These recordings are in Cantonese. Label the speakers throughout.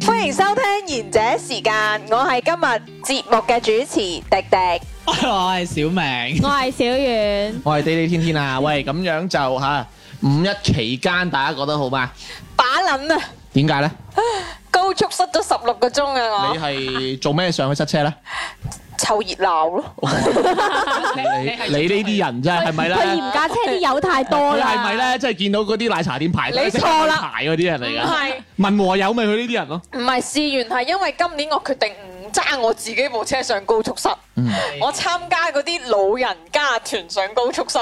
Speaker 1: 歡迎收聽賢者時間，我係今日節目嘅主持迪迪。
Speaker 2: 我係小明。
Speaker 3: 我係小遠，
Speaker 4: 我係地地天天啊！喂，咁樣就吓五一期間，大家覺得好嘛？
Speaker 1: 把撚啊，
Speaker 4: 點解呢？
Speaker 1: 高速塞咗十六個鐘啊！
Speaker 4: 你係做咩上去塞車呢？
Speaker 1: 我湊熱鬧咯，
Speaker 4: 你你呢啲人真係係咪呢？
Speaker 3: 架車啲友太多
Speaker 4: 佢係咪呢？即係見到嗰啲奶茶店排隊
Speaker 1: 你錯啦
Speaker 4: 排嗰啲人嚟
Speaker 1: 唔
Speaker 4: 㗎。
Speaker 1: 係
Speaker 4: 文和友咪佢呢啲人咯。
Speaker 1: 唔係事源係因為今年我決定唔揸我自己部車上高速塞，
Speaker 4: 啊
Speaker 1: 我參加嗰啲老人家團上高速 塞，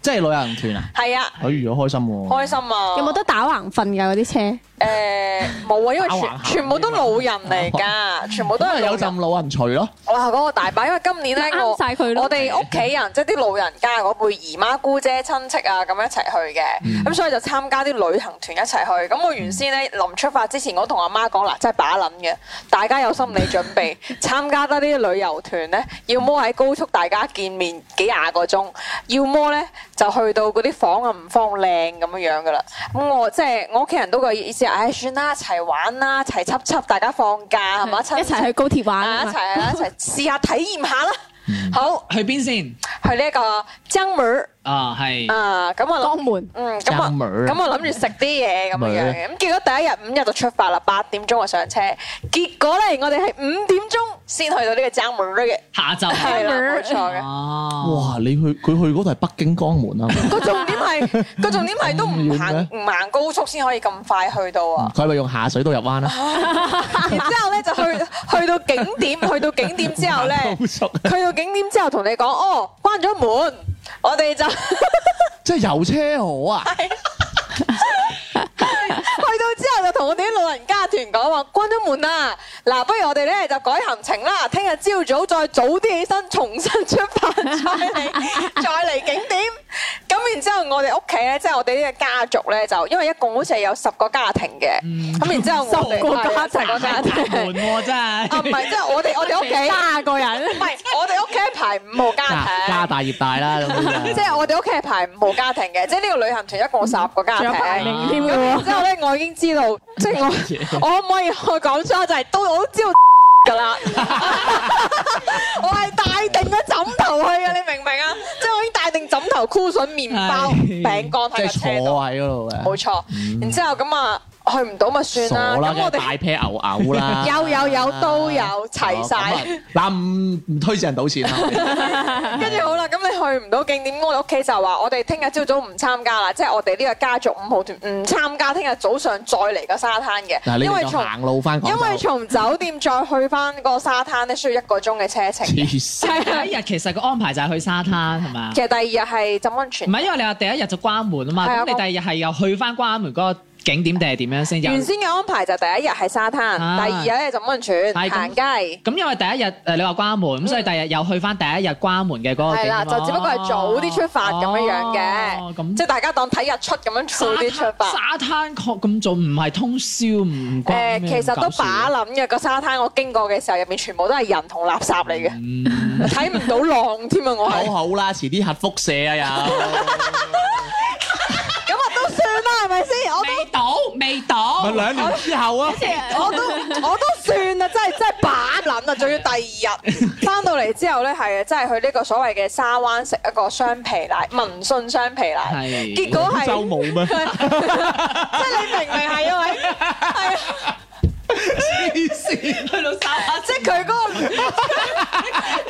Speaker 4: 即係老人團啊！
Speaker 1: 係啊，
Speaker 4: 哎呀，開心喎！
Speaker 1: 開心啊！
Speaker 3: 有冇得打橫瞓㗎嗰啲車？
Speaker 1: 誒冇啊，因為
Speaker 4: 打橫
Speaker 1: 全
Speaker 4: 行
Speaker 1: 全部都老人嚟㗎，全部都
Speaker 4: 都係
Speaker 1: 係老
Speaker 4: 有
Speaker 1: 人
Speaker 4: 陣老人除咯，
Speaker 1: 哇！嗰、個大把，因為今年咧，
Speaker 3: 啱
Speaker 1: 我
Speaker 3: 晒佢咯
Speaker 1: 我哋屋企人即係啲老人家嗰輩姨媽姑姐親戚啊，咁一齊去嘅，
Speaker 3: 嗯
Speaker 1: 咁、所以就參加啲旅行團一齊去。咁我原先咧臨出發之前，我同阿媽講嗱，真係把撚嘅，大家有心理準 備，參加得呢啲旅遊團咧，要麼喺高速大家見面幾廿個鐘，要麼咧就去到嗰啲房啊唔放靚咁樣樣噶啦。咁我即係我屋企人都個意思，唉、算啦，一齊玩啦，一齊輯輯，大家放假係 嘛，
Speaker 3: 一
Speaker 1: 親戚
Speaker 3: 齊去高鐵玩
Speaker 1: 啊
Speaker 3: 啊
Speaker 1: 一
Speaker 3: 嘛
Speaker 1: 齊啊，一齊 試下體驗下啦。好，
Speaker 2: 去邊先？
Speaker 1: 去呢一個江門
Speaker 2: 啊，係。
Speaker 1: 啊，咁我諗
Speaker 3: 江門
Speaker 1: 嗯，咁我
Speaker 4: 江門
Speaker 1: 咁我諗住食啲嘢咁樣樣嘅，咁結果第一日五日就出發啦，八點鐘就上車，結果咧我哋係五點鐘先去到呢個江門嘅，
Speaker 2: 下集。
Speaker 1: 係啦，冇錯嘅。
Speaker 2: 哦。
Speaker 4: 哇！你去佢去嗰度係北京江門啊嘛？
Speaker 1: 個重點係個重點係都唔
Speaker 4: 咁
Speaker 1: 行
Speaker 4: 遠
Speaker 1: 唔行高速先可以咁快去到啊！
Speaker 4: 佢係咪用下水道入灣啊？
Speaker 1: 然之後咧就去去到景點，去到景點之後咧，
Speaker 4: 高速啊
Speaker 1: 去到景點之後同你講哦，關咗門，我哋就。
Speaker 4: 即係遊車河啊！
Speaker 1: 去到之後就同我哋啲老人家團講話關咗門啦，嗱，不如我哋咧就改行程啦，聽日朝早再早啲起身，重新出發，再 嚟再嚟景點。咁然之後我哋屋企咧，即係我哋呢個家族咧，就因為一共好似係有十個家庭嘅，咁然之後我
Speaker 3: 嗯
Speaker 1: 哋
Speaker 3: 十個家庭
Speaker 1: 係十個 家
Speaker 2: 悶
Speaker 1: 庭。
Speaker 2: 喎，真係。
Speaker 1: 啊，唔係，即係我哋我哋屋企，
Speaker 3: 卅個人，
Speaker 1: 唔係我哋屋企係排五號家
Speaker 4: 家
Speaker 1: 庭
Speaker 4: 家。大業大啦咁樣
Speaker 1: 即。係我哋屋企係排五號家庭嘅，即係呢個旅行團一共十個家
Speaker 3: 仲
Speaker 1: 庭。
Speaker 3: 有排
Speaker 4: Ờ.
Speaker 3: 名添嘅喎。
Speaker 1: 之後咧，我已經知道，即係 我 我可唔可以我講出就係都我都知道 㗎啦。我係帶定個枕頭去嘅，你明唔明啊？即係我已經帶定枕頭、箍筍、麵包、
Speaker 2: 係
Speaker 1: 餅
Speaker 4: 即
Speaker 1: 乾喺架
Speaker 4: 係啊
Speaker 1: 車
Speaker 4: 坐
Speaker 1: 度，
Speaker 4: 喺嗰度嘅。
Speaker 1: 冇錯。
Speaker 4: Ừ.
Speaker 1: 然之後咁啊，去唔到咪算啦。
Speaker 4: 傻啦，
Speaker 1: 咁
Speaker 4: 梗係
Speaker 1: 我哋
Speaker 4: 大 pair 牛牛 啦，
Speaker 1: 有有有都有
Speaker 4: Ờ,
Speaker 1: 齊晒。
Speaker 4: 哦。咁啊嗱，唔唔推薦人賭錢啦，
Speaker 1: 跟住好啦，咁你去唔到景點，我哋屋企就話我哋聽日朝早唔參加啦，即係我哋呢個家族五號團唔參加，聽日早上再嚟個沙灘
Speaker 4: 嗱，
Speaker 1: 嘅，
Speaker 4: 你
Speaker 1: 因為
Speaker 4: 哋就
Speaker 1: 從
Speaker 4: 行路翻廣
Speaker 1: 因為
Speaker 4: 州。
Speaker 1: 從酒店再去翻個沙灘咧，需要一個鐘嘅車程。
Speaker 4: 黐
Speaker 2: 即
Speaker 4: 線
Speaker 2: 係第一日其實個安排就係去沙灘係嘛？
Speaker 1: 其實第二日係浸温
Speaker 2: 唔
Speaker 1: 泉，
Speaker 2: 係因為你話第一日就關門啊嘛，
Speaker 1: 係啊
Speaker 2: 咁你
Speaker 1: 我
Speaker 2: 第二日係又去翻關門嗰個景點定係點樣先？有
Speaker 1: 原先嘅安排就第一日係沙灘，
Speaker 2: 啊
Speaker 1: 第二日咧浸温泉、
Speaker 2: 係咁
Speaker 1: 行街。
Speaker 2: 咁因為第一日誒你話關門，咁所以第二日又去翻第一日關門嘅嗰
Speaker 4: 哦
Speaker 2: 個景
Speaker 1: 係
Speaker 2: 點
Speaker 4: 啊
Speaker 1: 啦，就只不過係早啲出發咁樣樣嘅，
Speaker 2: 哦咁
Speaker 1: 即係大家當睇日出咁樣早啲出發。
Speaker 2: 沙灘確咁做唔係通宵
Speaker 1: 誒、
Speaker 2: 唔關咩
Speaker 1: 其實都把
Speaker 2: 啦。
Speaker 1: 撚嘅個沙灘，我經過嘅時候，入面全部都係人同垃圾嚟嘅，
Speaker 2: 嗯
Speaker 1: 睇唔、到浪添啊！我係
Speaker 4: 好
Speaker 2: 哦
Speaker 4: 好啦，遲啲核輻射 啊又，
Speaker 1: 咁啊，都算啦，係咪先？我
Speaker 2: 未到，未到。
Speaker 4: 咪兩年之後啊，
Speaker 1: 我都我都算啦，真係真係把撚啊！仲要第二日 翻到嚟之後咧，係啊，真係去呢個所謂嘅沙灣食一個雙皮奶，文信雙皮奶，
Speaker 2: 係
Speaker 1: 結果係
Speaker 4: 廣州 冇咩？
Speaker 1: 即係你明明係因為係啊
Speaker 4: 黐線，
Speaker 2: 去到沙灘
Speaker 1: 即係佢嗰個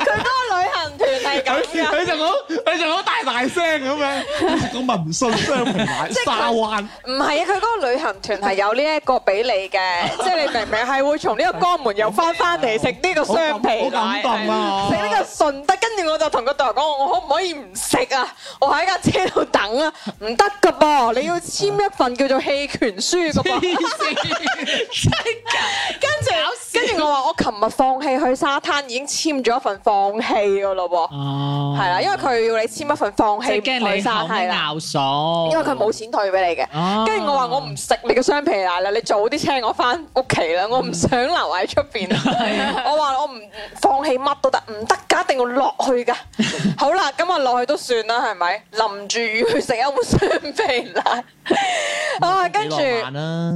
Speaker 1: 佢嗰個旅行團係咁
Speaker 4: 佢
Speaker 1: 㗎。
Speaker 4: 佢就好，佢就好大大
Speaker 5: 大聲咁樣，咁咪唔信雙平奶
Speaker 1: 即係佢
Speaker 5: 沙灣。
Speaker 1: 唔係啊，佢嗰個旅行團係有呢一個俾你 嘅，即係你明明係會從呢個江門又翻翻嚟食呢個雙皮
Speaker 5: 好感好感
Speaker 1: 奶，
Speaker 5: 動啊
Speaker 1: 食呢個順德，跟住我就同個導遊講：我可唔可以唔食啊？我喺架車度等啊，唔得噶噃，你要簽一份叫做棄權書 噶噃。 跟住跟住我話我琴日放棄去沙灘已經簽咗一份放棄噶咯噃，
Speaker 2: 哦，
Speaker 1: 係啦，因為佢要你簽一份放
Speaker 2: 即
Speaker 1: 棄
Speaker 2: 係
Speaker 1: 唔
Speaker 2: 驚
Speaker 1: 去
Speaker 2: 你
Speaker 1: 沙
Speaker 2: 後
Speaker 1: 灘
Speaker 2: 面
Speaker 5: 啊
Speaker 1: 啦，
Speaker 2: 鬧數，
Speaker 1: 因為佢冇錢退俾你嘅。
Speaker 2: 哦。
Speaker 1: 跟住我話我唔食你嘅雙皮奶啦，你早啲車我翻屋企啦，我
Speaker 4: 嗯
Speaker 1: 唔想留喺出邊。
Speaker 4: 啊
Speaker 1: 我話我唔放棄乜都得，唔得㗎，一定要落去㗎。好啦，咁啊落去都算啦，係咪？淋住雨去食一碗雙皮奶，啊
Speaker 4: 嗯
Speaker 1: 跟住。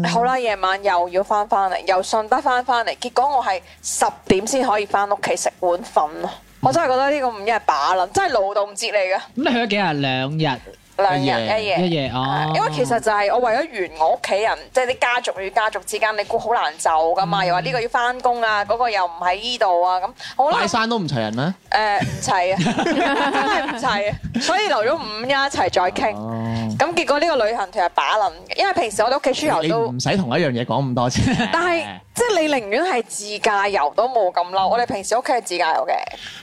Speaker 4: 啊
Speaker 1: 好啦，夜晚又要翻翻嚟，又順德翻翻嚟，結果我係十點先可以翻屋企食碗粉咯。我真係覺得呢個五一係把撚，真係勞動節嚟嘅，
Speaker 2: 咁你去咗幾日？兩日？
Speaker 1: 兩
Speaker 4: 一夜
Speaker 1: 日一夜。
Speaker 2: 一夜，哦。
Speaker 1: 係因為其實就係我為咗圓我屋企人，即係啲家族與家族之間，你估好難就噶
Speaker 4: 嗯
Speaker 1: 嘛？又話呢個要翻工啊，嗰、個又唔喺依度啊，咁好啦
Speaker 4: 拜，山都唔齊人咩？
Speaker 1: 誒唔齊啊， 真係唔齊啊，所以留咗五一一齊再傾。咁、
Speaker 4: 哦，
Speaker 1: 結果呢個旅行團係把撚嘅，因為平時我哋屋企出遊
Speaker 4: 你
Speaker 1: 都。
Speaker 4: 唔使同一樣嘢講咁多次。
Speaker 1: 但 係即係你寧願係自駕遊都冇咁嬲，我哋平時屋企係自駕遊嘅。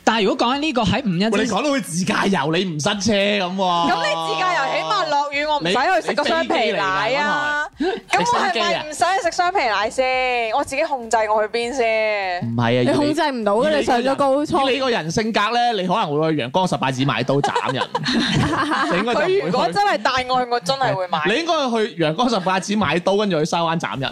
Speaker 2: 但係如果講緊呢個喺五一
Speaker 4: 喂
Speaker 2: 之
Speaker 4: 你講到佢自駕遊，你唔塞車咁
Speaker 1: 咁
Speaker 4: 喎。
Speaker 1: 你自駕遊起碼落雨，我唔使去食個雙皮奶啊。咁我係咪唔使去食雙皮奶先？我自己控制我去邊先
Speaker 4: 唔。係
Speaker 3: 你
Speaker 4: 啊，以
Speaker 3: 控制唔到嘅，你上咗高速
Speaker 4: 以。你個人性格咧，你可能會去陽光十八子買刀斬 人。你應該就唔
Speaker 1: 佢如果
Speaker 4: 會去。
Speaker 1: 真係大愛，我真係會買。
Speaker 4: 你應該去陽光十八子買刀，跟住去沙灣斬人。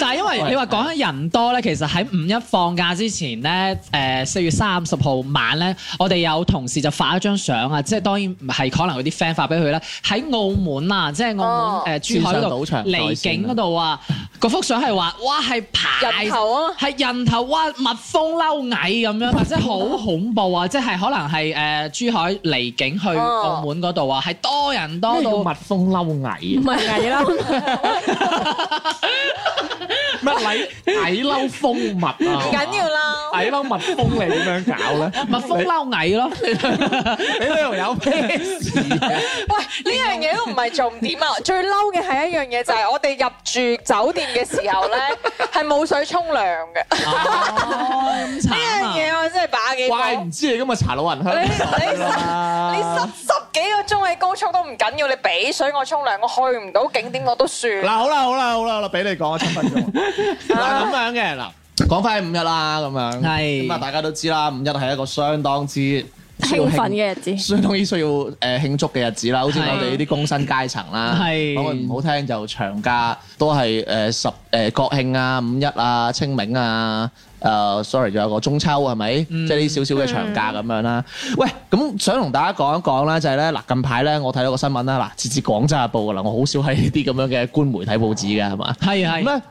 Speaker 2: 但係因為你話講緊人多呢，其實喺五一放假之前呢，誒，四月30號晚呢，我哋有同事就發咗張相啊，即係當然唔係可能佢啲friend發俾佢啦，喺澳門啊，即係澳門，
Speaker 1: 哦。
Speaker 2: 誒，珠海嗰度，
Speaker 4: 線上賭場，
Speaker 2: 離
Speaker 4: 在線啊。
Speaker 2: 境嗰度啊，嗰幅相係話，哇，係排
Speaker 1: 人頭啊！
Speaker 2: 係人頭哇，蜜蜂嬲蟻咁樣，或者好恐怖啊！即係可能係誒、呃珠海離境去澳門嗰度啊，係多人多
Speaker 4: 咩叫
Speaker 2: 到
Speaker 4: 蜜蜂嬲
Speaker 3: 唔
Speaker 4: 蟻？啊
Speaker 3: 係危啦，
Speaker 4: 咩蟻蟻嬲蜂蜜啊？
Speaker 1: 唔緊要啦，
Speaker 4: 蟻嬲蜜蜂你點樣搞咧？
Speaker 2: 蜜蜂嬲蟻咯，
Speaker 4: 你呢度有咩事？
Speaker 1: 喂，呢樣嘢都唔係重 點啊！最嬲嘅係一樣嘢，就係我哋入住酒店嘅時候咧，係冇水沖涼 嘅。
Speaker 2: 哦咁
Speaker 1: 呢
Speaker 2: 慘
Speaker 1: 樣
Speaker 2: 啊！
Speaker 1: 嘢我真係把幾火
Speaker 4: 怪唔知你今日查老人香
Speaker 1: 你你
Speaker 4: 啦
Speaker 1: 你濕濕幾個鐘喺高速都唔緊要，你俾水我沖涼，我去唔到景點我都算。
Speaker 4: 嗱，好啦，好啦，好啦，我俾你講啊七分鐘。嗱咁樣嘅嗱，講翻五一啦，咁樣
Speaker 2: 係
Speaker 4: 咁啊，大家都知啦，五一係一個相當之需要
Speaker 3: 興奮嘅日子。
Speaker 4: 相當於需要誒慶祝嘅日子啦，好似我哋呢啲工薪階層啦，
Speaker 2: 係
Speaker 4: 講句唔好聽就長假都係誒十誒國慶啊、五一啊、清明啊。誒、sorry，仲有個中秋係咪？
Speaker 2: 嗯
Speaker 4: 即係呢少少嘅長假咁樣啦。喂，咁想同大家講一講啦，就係咧嗱，近排咧我睇到個新聞啦，嗱，截至廣州日報㗎啦，我好少喺呢啲咁樣嘅官媒睇報紙嘅係嘛？
Speaker 2: 係啊
Speaker 4: 咁
Speaker 2: 係
Speaker 4: 咧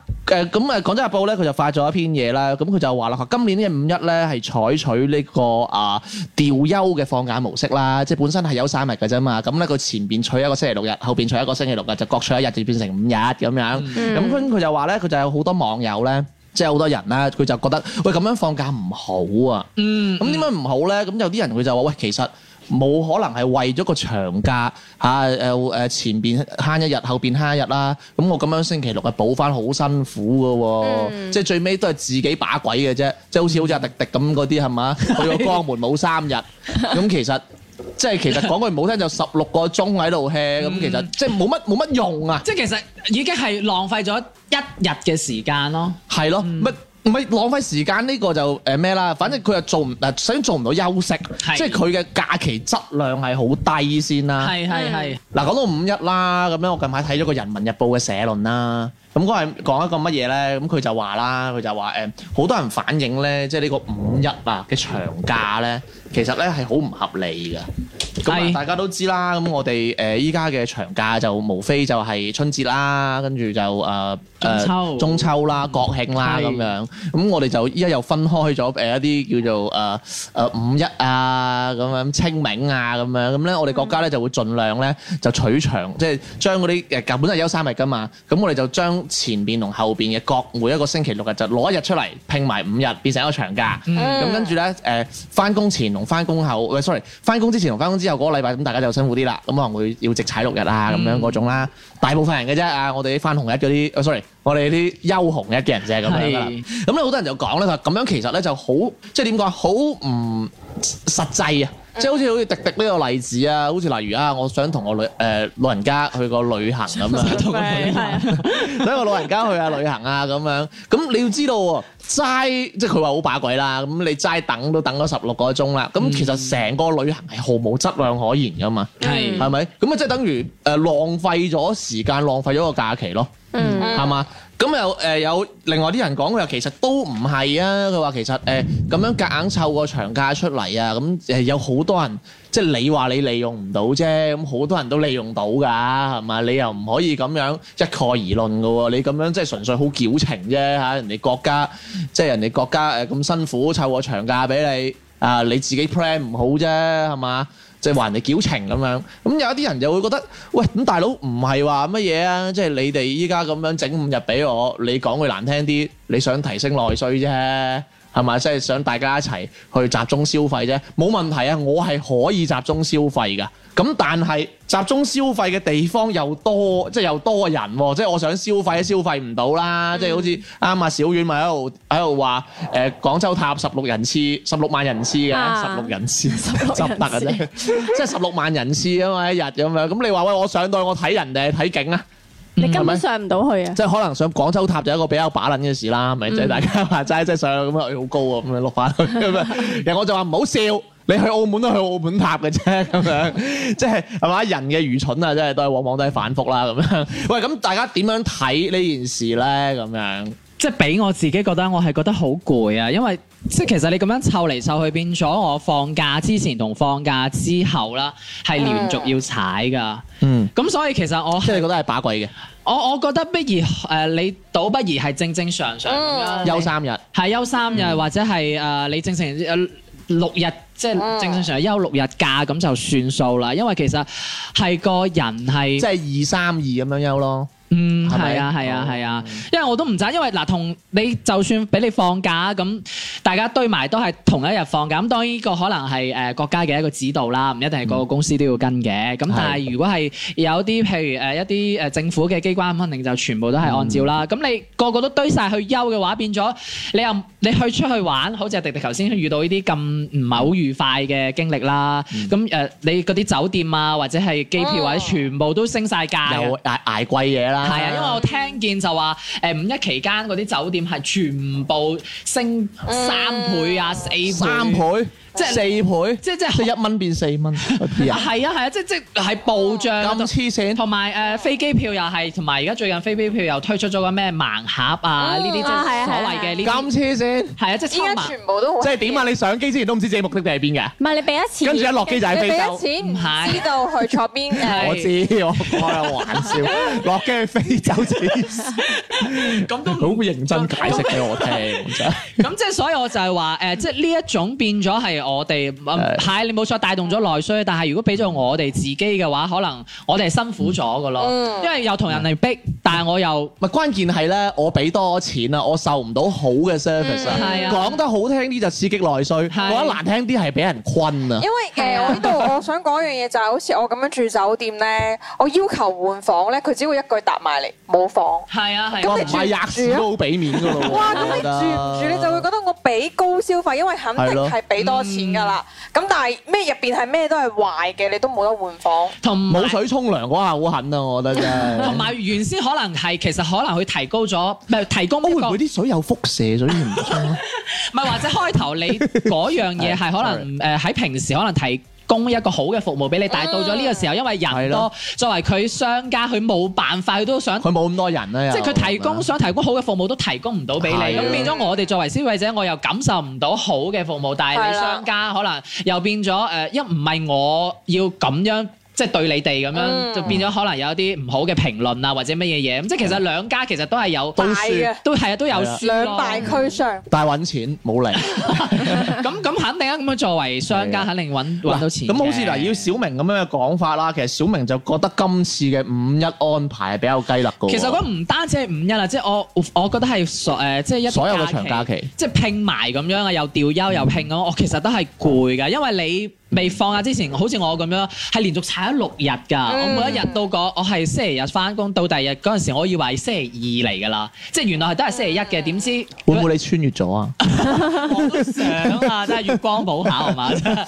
Speaker 4: 誒咁誒《廣州日報》咧，佢就發咗一篇嘢啦。咁佢就話啦，今年嘅五一咧係採取呢、個啊調休嘅放假模式啦，即係本身係有三日嘅啫嘛。咁咧佢前邊取一個星期六日，後邊取一個星期六日，就各取一日，就變成五日咁樣。咁跟佢就話咧，佢就有好多網友咧。即係好多人啦，佢就覺得喂咁樣放假唔好啊！
Speaker 2: 嗯，
Speaker 4: 咁點解唔好咧？咁有啲人佢就話喂，其實冇可能係為咗個長假嚇誒誒前邊慳一日，後邊慳一日啦。咁我咁樣星期六係補翻好辛苦嘅喎，即係最尾都係自己把鬼嘅
Speaker 2: 嗯
Speaker 4: 啫。即係好似好似阿迪迪咁嗰啲係嘛？去個江門冇三日，咁其實。即係其實講句唔好聽，就十六個鐘喺度 hea 咁，其
Speaker 2: 嗯
Speaker 4: 實即係冇乜冇乜用啊！
Speaker 2: 即係其實已經係浪費咗一日嘅時間咯。
Speaker 4: 係咯，
Speaker 2: 嗯
Speaker 4: 唔係唔係浪費時間呢個就誒咩啦，反正佢又做唔嗱，首先做唔到休息，即係佢嘅假期質量係好低先啦。
Speaker 2: 係係係，
Speaker 4: 嗱，講到五一啦，咁樣我近排睇咗個《人民日報》嘅社論啦，咁嗰係講一個乜嘢咧？咁佢就話啦，佢就話誒，好多人反映咧，即係呢個五一啊嘅長假咧，其實咧係好唔合理嘅。咁啊
Speaker 2: 係
Speaker 4: 大家都知啦，咁我哋誒依家嘅長假就無非就係春節啦，跟住就誒誒
Speaker 2: 中秋
Speaker 4: 中秋啦、國慶啦
Speaker 2: 係
Speaker 4: 咁樣。咁我哋就依家又分開咗誒一啲叫做誒誒五一啊咁樣、清明啊咁樣。咁咧我哋國家咧就會盡量咧就取長，即係將嗰啲誒本身係休三日噶嘛。咁我哋就將前邊同後邊嘅各每一個星期六日就攞一日出嚟拼埋五日，變成一個長假。咁跟住咧誒翻工前同翻工後，喂，sorry，翻工之前同翻工之後。後嗰個禮拜咁大家就辛苦啲啦，咁可能會要直踩六日啊咁樣嗰種啦。大部分人嘅啫啊，我哋啲翻紅日嗰啲呃，sorry，我哋啲休紅日嘅人就係咁樣噶啦。
Speaker 2: 係
Speaker 4: 咁咧好多人就講咧，佢話咁樣其實咧就好，即係點講，好唔實際啊！
Speaker 3: 嗯
Speaker 4: 即係好似好似迪迪呢個例子啊，好似例如啊，我想同我女誒、呃老人家去個旅行咁樣。
Speaker 3: 係 係
Speaker 4: 所以我老人家去下旅行啊咁樣，咁你要知道喎，齋即係佢話好把鬼啦，咁你齋等都等咗十六個鐘啦，
Speaker 3: 嗯
Speaker 4: 咁其實成個旅行係毫無質量可言噶嘛，
Speaker 2: 係
Speaker 4: 係咪？咁啊即係等於誒、呃浪費咗時間，浪費咗個假期咯。
Speaker 3: 嗯
Speaker 4: 係嘛？咁又誒有另外啲人講，佢話其實都唔係啊。佢話其實誒咁、樣夾硬湊個長假出嚟啊，咁誒有好多人即係你話你利用唔到啫，咁好多人都利用到㗎，係嘛？你又唔可以咁樣一概而論㗎喎。你咁樣即係純粹好矯情啫嚇，人哋國家即係人哋國家誒咁辛苦湊個長假俾你啊，你自己 plan 唔好啫，係嘛？即係話人哋矯情咁樣，咁有一啲人就會覺得，喂，咁大佬唔係話乜嘢啊？即係你哋依家咁樣整五日俾我，你講句難聽啲，你想提升內需啫，係咪？即係想大家一齊去集中消費啫，冇問題啊！我係可以集中消費㗎。咁但係集中消費嘅地方又多，即係又多人喎、即係我想消費都消費唔到
Speaker 3: 嗯
Speaker 4: 啦，即係好似啱啊小遠咪喺度喺度話誒廣州塔十六人次，十六萬人次嘅，十
Speaker 3: 啊
Speaker 4: 六 人次，
Speaker 3: 六
Speaker 4: 執得嘅
Speaker 3: 人
Speaker 4: 啫，即係十六萬人次啊嘛一日咁樣，咁你話喂我上到去我睇人哋睇景啊？
Speaker 3: 你根本上唔到去啊！
Speaker 4: 即係可能上廣州塔就一個比較把撚嘅事
Speaker 2: 嗯
Speaker 4: 啦，咪即係大家話齋即係上去咁啊，哎好高啊，咁樣碌翻去咁 樣。然後我就話唔好笑，你去澳門都去澳門塔嘅啫，咁樣即係係嘛？人嘅愚蠢啊，真係都係往往都係反覆啦，咁樣。 喂，咁大家點樣睇呢件事咧？咁樣
Speaker 2: 即係俾我自己覺得，我係覺得好攰啊，因為 即係其實你咁樣湊嚟湊去，變咗我放假之前同放假之後啦，係連續要踩㗎。
Speaker 4: 嗯，
Speaker 2: 咁所以其實我
Speaker 4: 即係你覺得係把鬼嘅，
Speaker 2: 我我覺得不如誒、呃你倒不如係正正常常咁樣
Speaker 4: 休三日。
Speaker 2: 係嗯休三日，或者係誒、呃你正常誒六日，即係
Speaker 1: 嗯
Speaker 2: 正正常常休六日假咁就算數啦。因為其實係個人係
Speaker 4: 即係二三二咁樣休咯，
Speaker 2: 嗯，
Speaker 4: 係咪
Speaker 2: 係啊，係
Speaker 4: 哦
Speaker 2: 啊，係啊，因為我都唔贊，因為嗱，同你就算俾你放假咁，大家堆埋都係同一日放假，咁當然呢個可能係誒國家嘅一個指導啦，唔一定係個個公司都要跟嘅。咁
Speaker 4: 係
Speaker 2: 但係如果係有啲譬如誒一啲誒政府嘅機關，咁肯定就全部都係按照
Speaker 4: 嗯
Speaker 2: 啦。咁你個個都堆晒去休嘅話，變咗你又你去出去玩，好似阿迪迪頭先遇到呢啲咁唔係好愉快嘅經歷啦。
Speaker 4: 嗯
Speaker 2: 咁誒你嗰啲酒店啊，或者係機票或者
Speaker 1: 哦
Speaker 2: 全部都升晒價嘅
Speaker 4: 又捱捱貴嘢啦。
Speaker 2: 啊係啊，因為我聽見就話誒五一期間嗰啲酒店係全部升三倍啊、四倍，
Speaker 4: 三倍，
Speaker 2: 即係
Speaker 4: 四倍，
Speaker 2: 即即
Speaker 4: 即係一蚊變四蚊嗰啲
Speaker 2: 啊
Speaker 4: 啊，哦
Speaker 2: 係啊係啊，即即係暴漲
Speaker 4: 咁
Speaker 2: 嗰度。
Speaker 4: 黐線。
Speaker 2: 同埋誒飛機票又係，同埋而家最近飛機票又推出咗個咩盲盒啊，呢啲即
Speaker 3: 啊係
Speaker 2: 係
Speaker 3: 啊
Speaker 2: 所謂嘅呢啲
Speaker 4: 咁黐線，
Speaker 2: 係啊，即係
Speaker 1: 依
Speaker 2: 抽
Speaker 1: 家
Speaker 2: 盲
Speaker 1: 全部都好
Speaker 4: 即係點啊？你上機之前都唔知自己目的地係邊 嘅，
Speaker 3: 唔係你俾一次，
Speaker 4: 跟住一落機就喺
Speaker 1: 你
Speaker 4: 非
Speaker 1: 俾
Speaker 4: 洲。
Speaker 1: 咗錢
Speaker 2: 唔
Speaker 1: 唔
Speaker 2: 係
Speaker 1: 知道去坐邊
Speaker 2: 係
Speaker 1: 嘅，
Speaker 4: 我知，我開玩笑，落機去非洲黐線，
Speaker 2: 咁都
Speaker 4: 好認真解釋俾我聽，真係
Speaker 2: 咁即係所以我就係話誒，即係呢一種變咗係我哋嗯
Speaker 4: 係
Speaker 2: 係你冇錯帶動咗內需，但係如果俾咗我哋自己嘅話，可能我哋係辛苦咗噶咯，
Speaker 1: 嗯
Speaker 2: 因為又同人哋逼，但係我又
Speaker 4: 咪關鍵係咧，我俾多錢啊，我受唔到好嘅 service 啊
Speaker 2: 嗯係。啊
Speaker 4: 講得好聽啲就刺激內需，講得難聽啲係俾人困啊
Speaker 1: 因。為誒、我呢度我想講一樣嘢就係、好似我咁樣住酒店咧，我要求換房咧，佢只會一句答埋嚟冇房。
Speaker 2: 係啊係
Speaker 1: 咁
Speaker 4: 哇
Speaker 2: 啊，
Speaker 1: 你
Speaker 4: 唔
Speaker 1: 住
Speaker 4: 係吔屎都好俾面噶咯喎。
Speaker 1: 哇！咁
Speaker 4: 我覺
Speaker 1: 你住
Speaker 4: 得
Speaker 1: 唔住你就會覺得我俾高消費，因為肯定
Speaker 4: 係咯
Speaker 1: 係俾多錢㗎啦。咁但係咩入邊係咩都係壞嘅，你都冇得換房。
Speaker 2: 同埋
Speaker 4: 冇水沖涼嗰下好狠啊！我覺得真係。
Speaker 2: 同埋原先可能係其實可能佢提高咗，唔係提供
Speaker 4: 我
Speaker 2: 一
Speaker 4: 哦會
Speaker 2: 個
Speaker 4: 唔會啲水有輻射，所以唔沖 啊？
Speaker 2: 唔係或者開 頭你嗰樣嘢係可能誒喺平時可能提供一個好嘅服務俾你，但係到咗呢個時候，因為
Speaker 4: 係
Speaker 2: 人
Speaker 4: 咯
Speaker 2: 多，作為佢商家，佢冇辦法，佢都想。
Speaker 4: 佢冇咁多人啊啦，又
Speaker 2: 即係佢提供想提供好嘅服務都提供唔到俾你，
Speaker 4: 係啊
Speaker 2: 咁變咗我哋作為消費者，我又感受唔到好嘅服務，但係你
Speaker 1: 係啦
Speaker 2: 商家可能又變咗誒，因唔係我要咁樣。即係對你哋咁樣，
Speaker 1: 嗯
Speaker 2: 就變咗可能有啲唔好嘅評論啊，或者乜嘢嘢咁。即係其實兩家其實都係有，
Speaker 1: 敗嘅
Speaker 2: 都係啊，都有
Speaker 4: 係啊
Speaker 2: 輸
Speaker 1: 兩
Speaker 2: 咯
Speaker 1: 敗俱傷。
Speaker 4: 但係揾錢冇嚟。
Speaker 2: 咁咁肯定啊！咁樣作為商
Speaker 4: 係
Speaker 2: 家，
Speaker 4: 啊
Speaker 2: 肯定揾揾到錢嘅。
Speaker 4: 咁好似嗱，要小明咁樣嘅講法啦，其實小明就覺得今次嘅五一安排係比較雞肋嘅喎。
Speaker 2: 其實嗰唔單止係五一啦，即係我我覺得係所誒，即係一
Speaker 4: 所有
Speaker 2: 嘅
Speaker 4: 嘅長假期
Speaker 2: 即係拼埋咁樣啊，又調休又拼咁，我其實都係攰㗎，因為你。未放假之前，好似我咁樣，係連續踩咗六日㗎。我每一日都講，我係星期日翻工，到第二日嗰陣時，我以為係星期二嚟㗎啦，即係原來係都係星期一嘅。點知
Speaker 4: 會唔會你穿越咗啊？
Speaker 2: 我都想啊，真係月光寶考係嘛？真係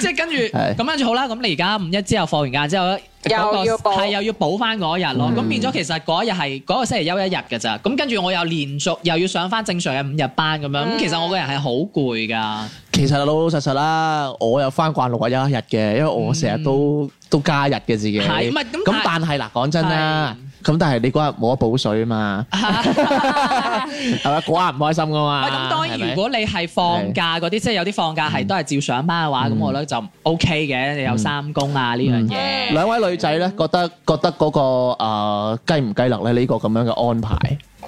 Speaker 2: 即係跟住
Speaker 4: 係
Speaker 2: 咁跟住好啦，咁你而家五一之後放完假之後咧。
Speaker 1: 又
Speaker 2: 嗰個
Speaker 1: 要補
Speaker 2: 係又要補翻嗰一日咯，咁、變咗其實嗰一日係嗰個星期休一日嘅咋，咁跟住我又連續又要上翻正常嘅五日班咁樣，咁、其實我個人係好攰㗎。
Speaker 4: 其實老老實實啦，我又翻慣六日休一日嘅，因為我成日都都加日嘅自己。
Speaker 2: 係唔係咁
Speaker 4: 咁但係嗱，講真啦，咁但係你嗰日冇得補水啊 嘛，係咪？嗰日唔開心噶嘛。
Speaker 2: 喂，咁當然
Speaker 4: 係咪
Speaker 2: 如果你係放假嗰啲，即係有啲放假係都係照上班嘅話，咁我覺得就 O K 嘅，你有三公啊呢樣嘢。
Speaker 4: 兩位女仔咧，覺得覺得嗰個誒雞唔雞肋咧呢個咁樣嘅安排，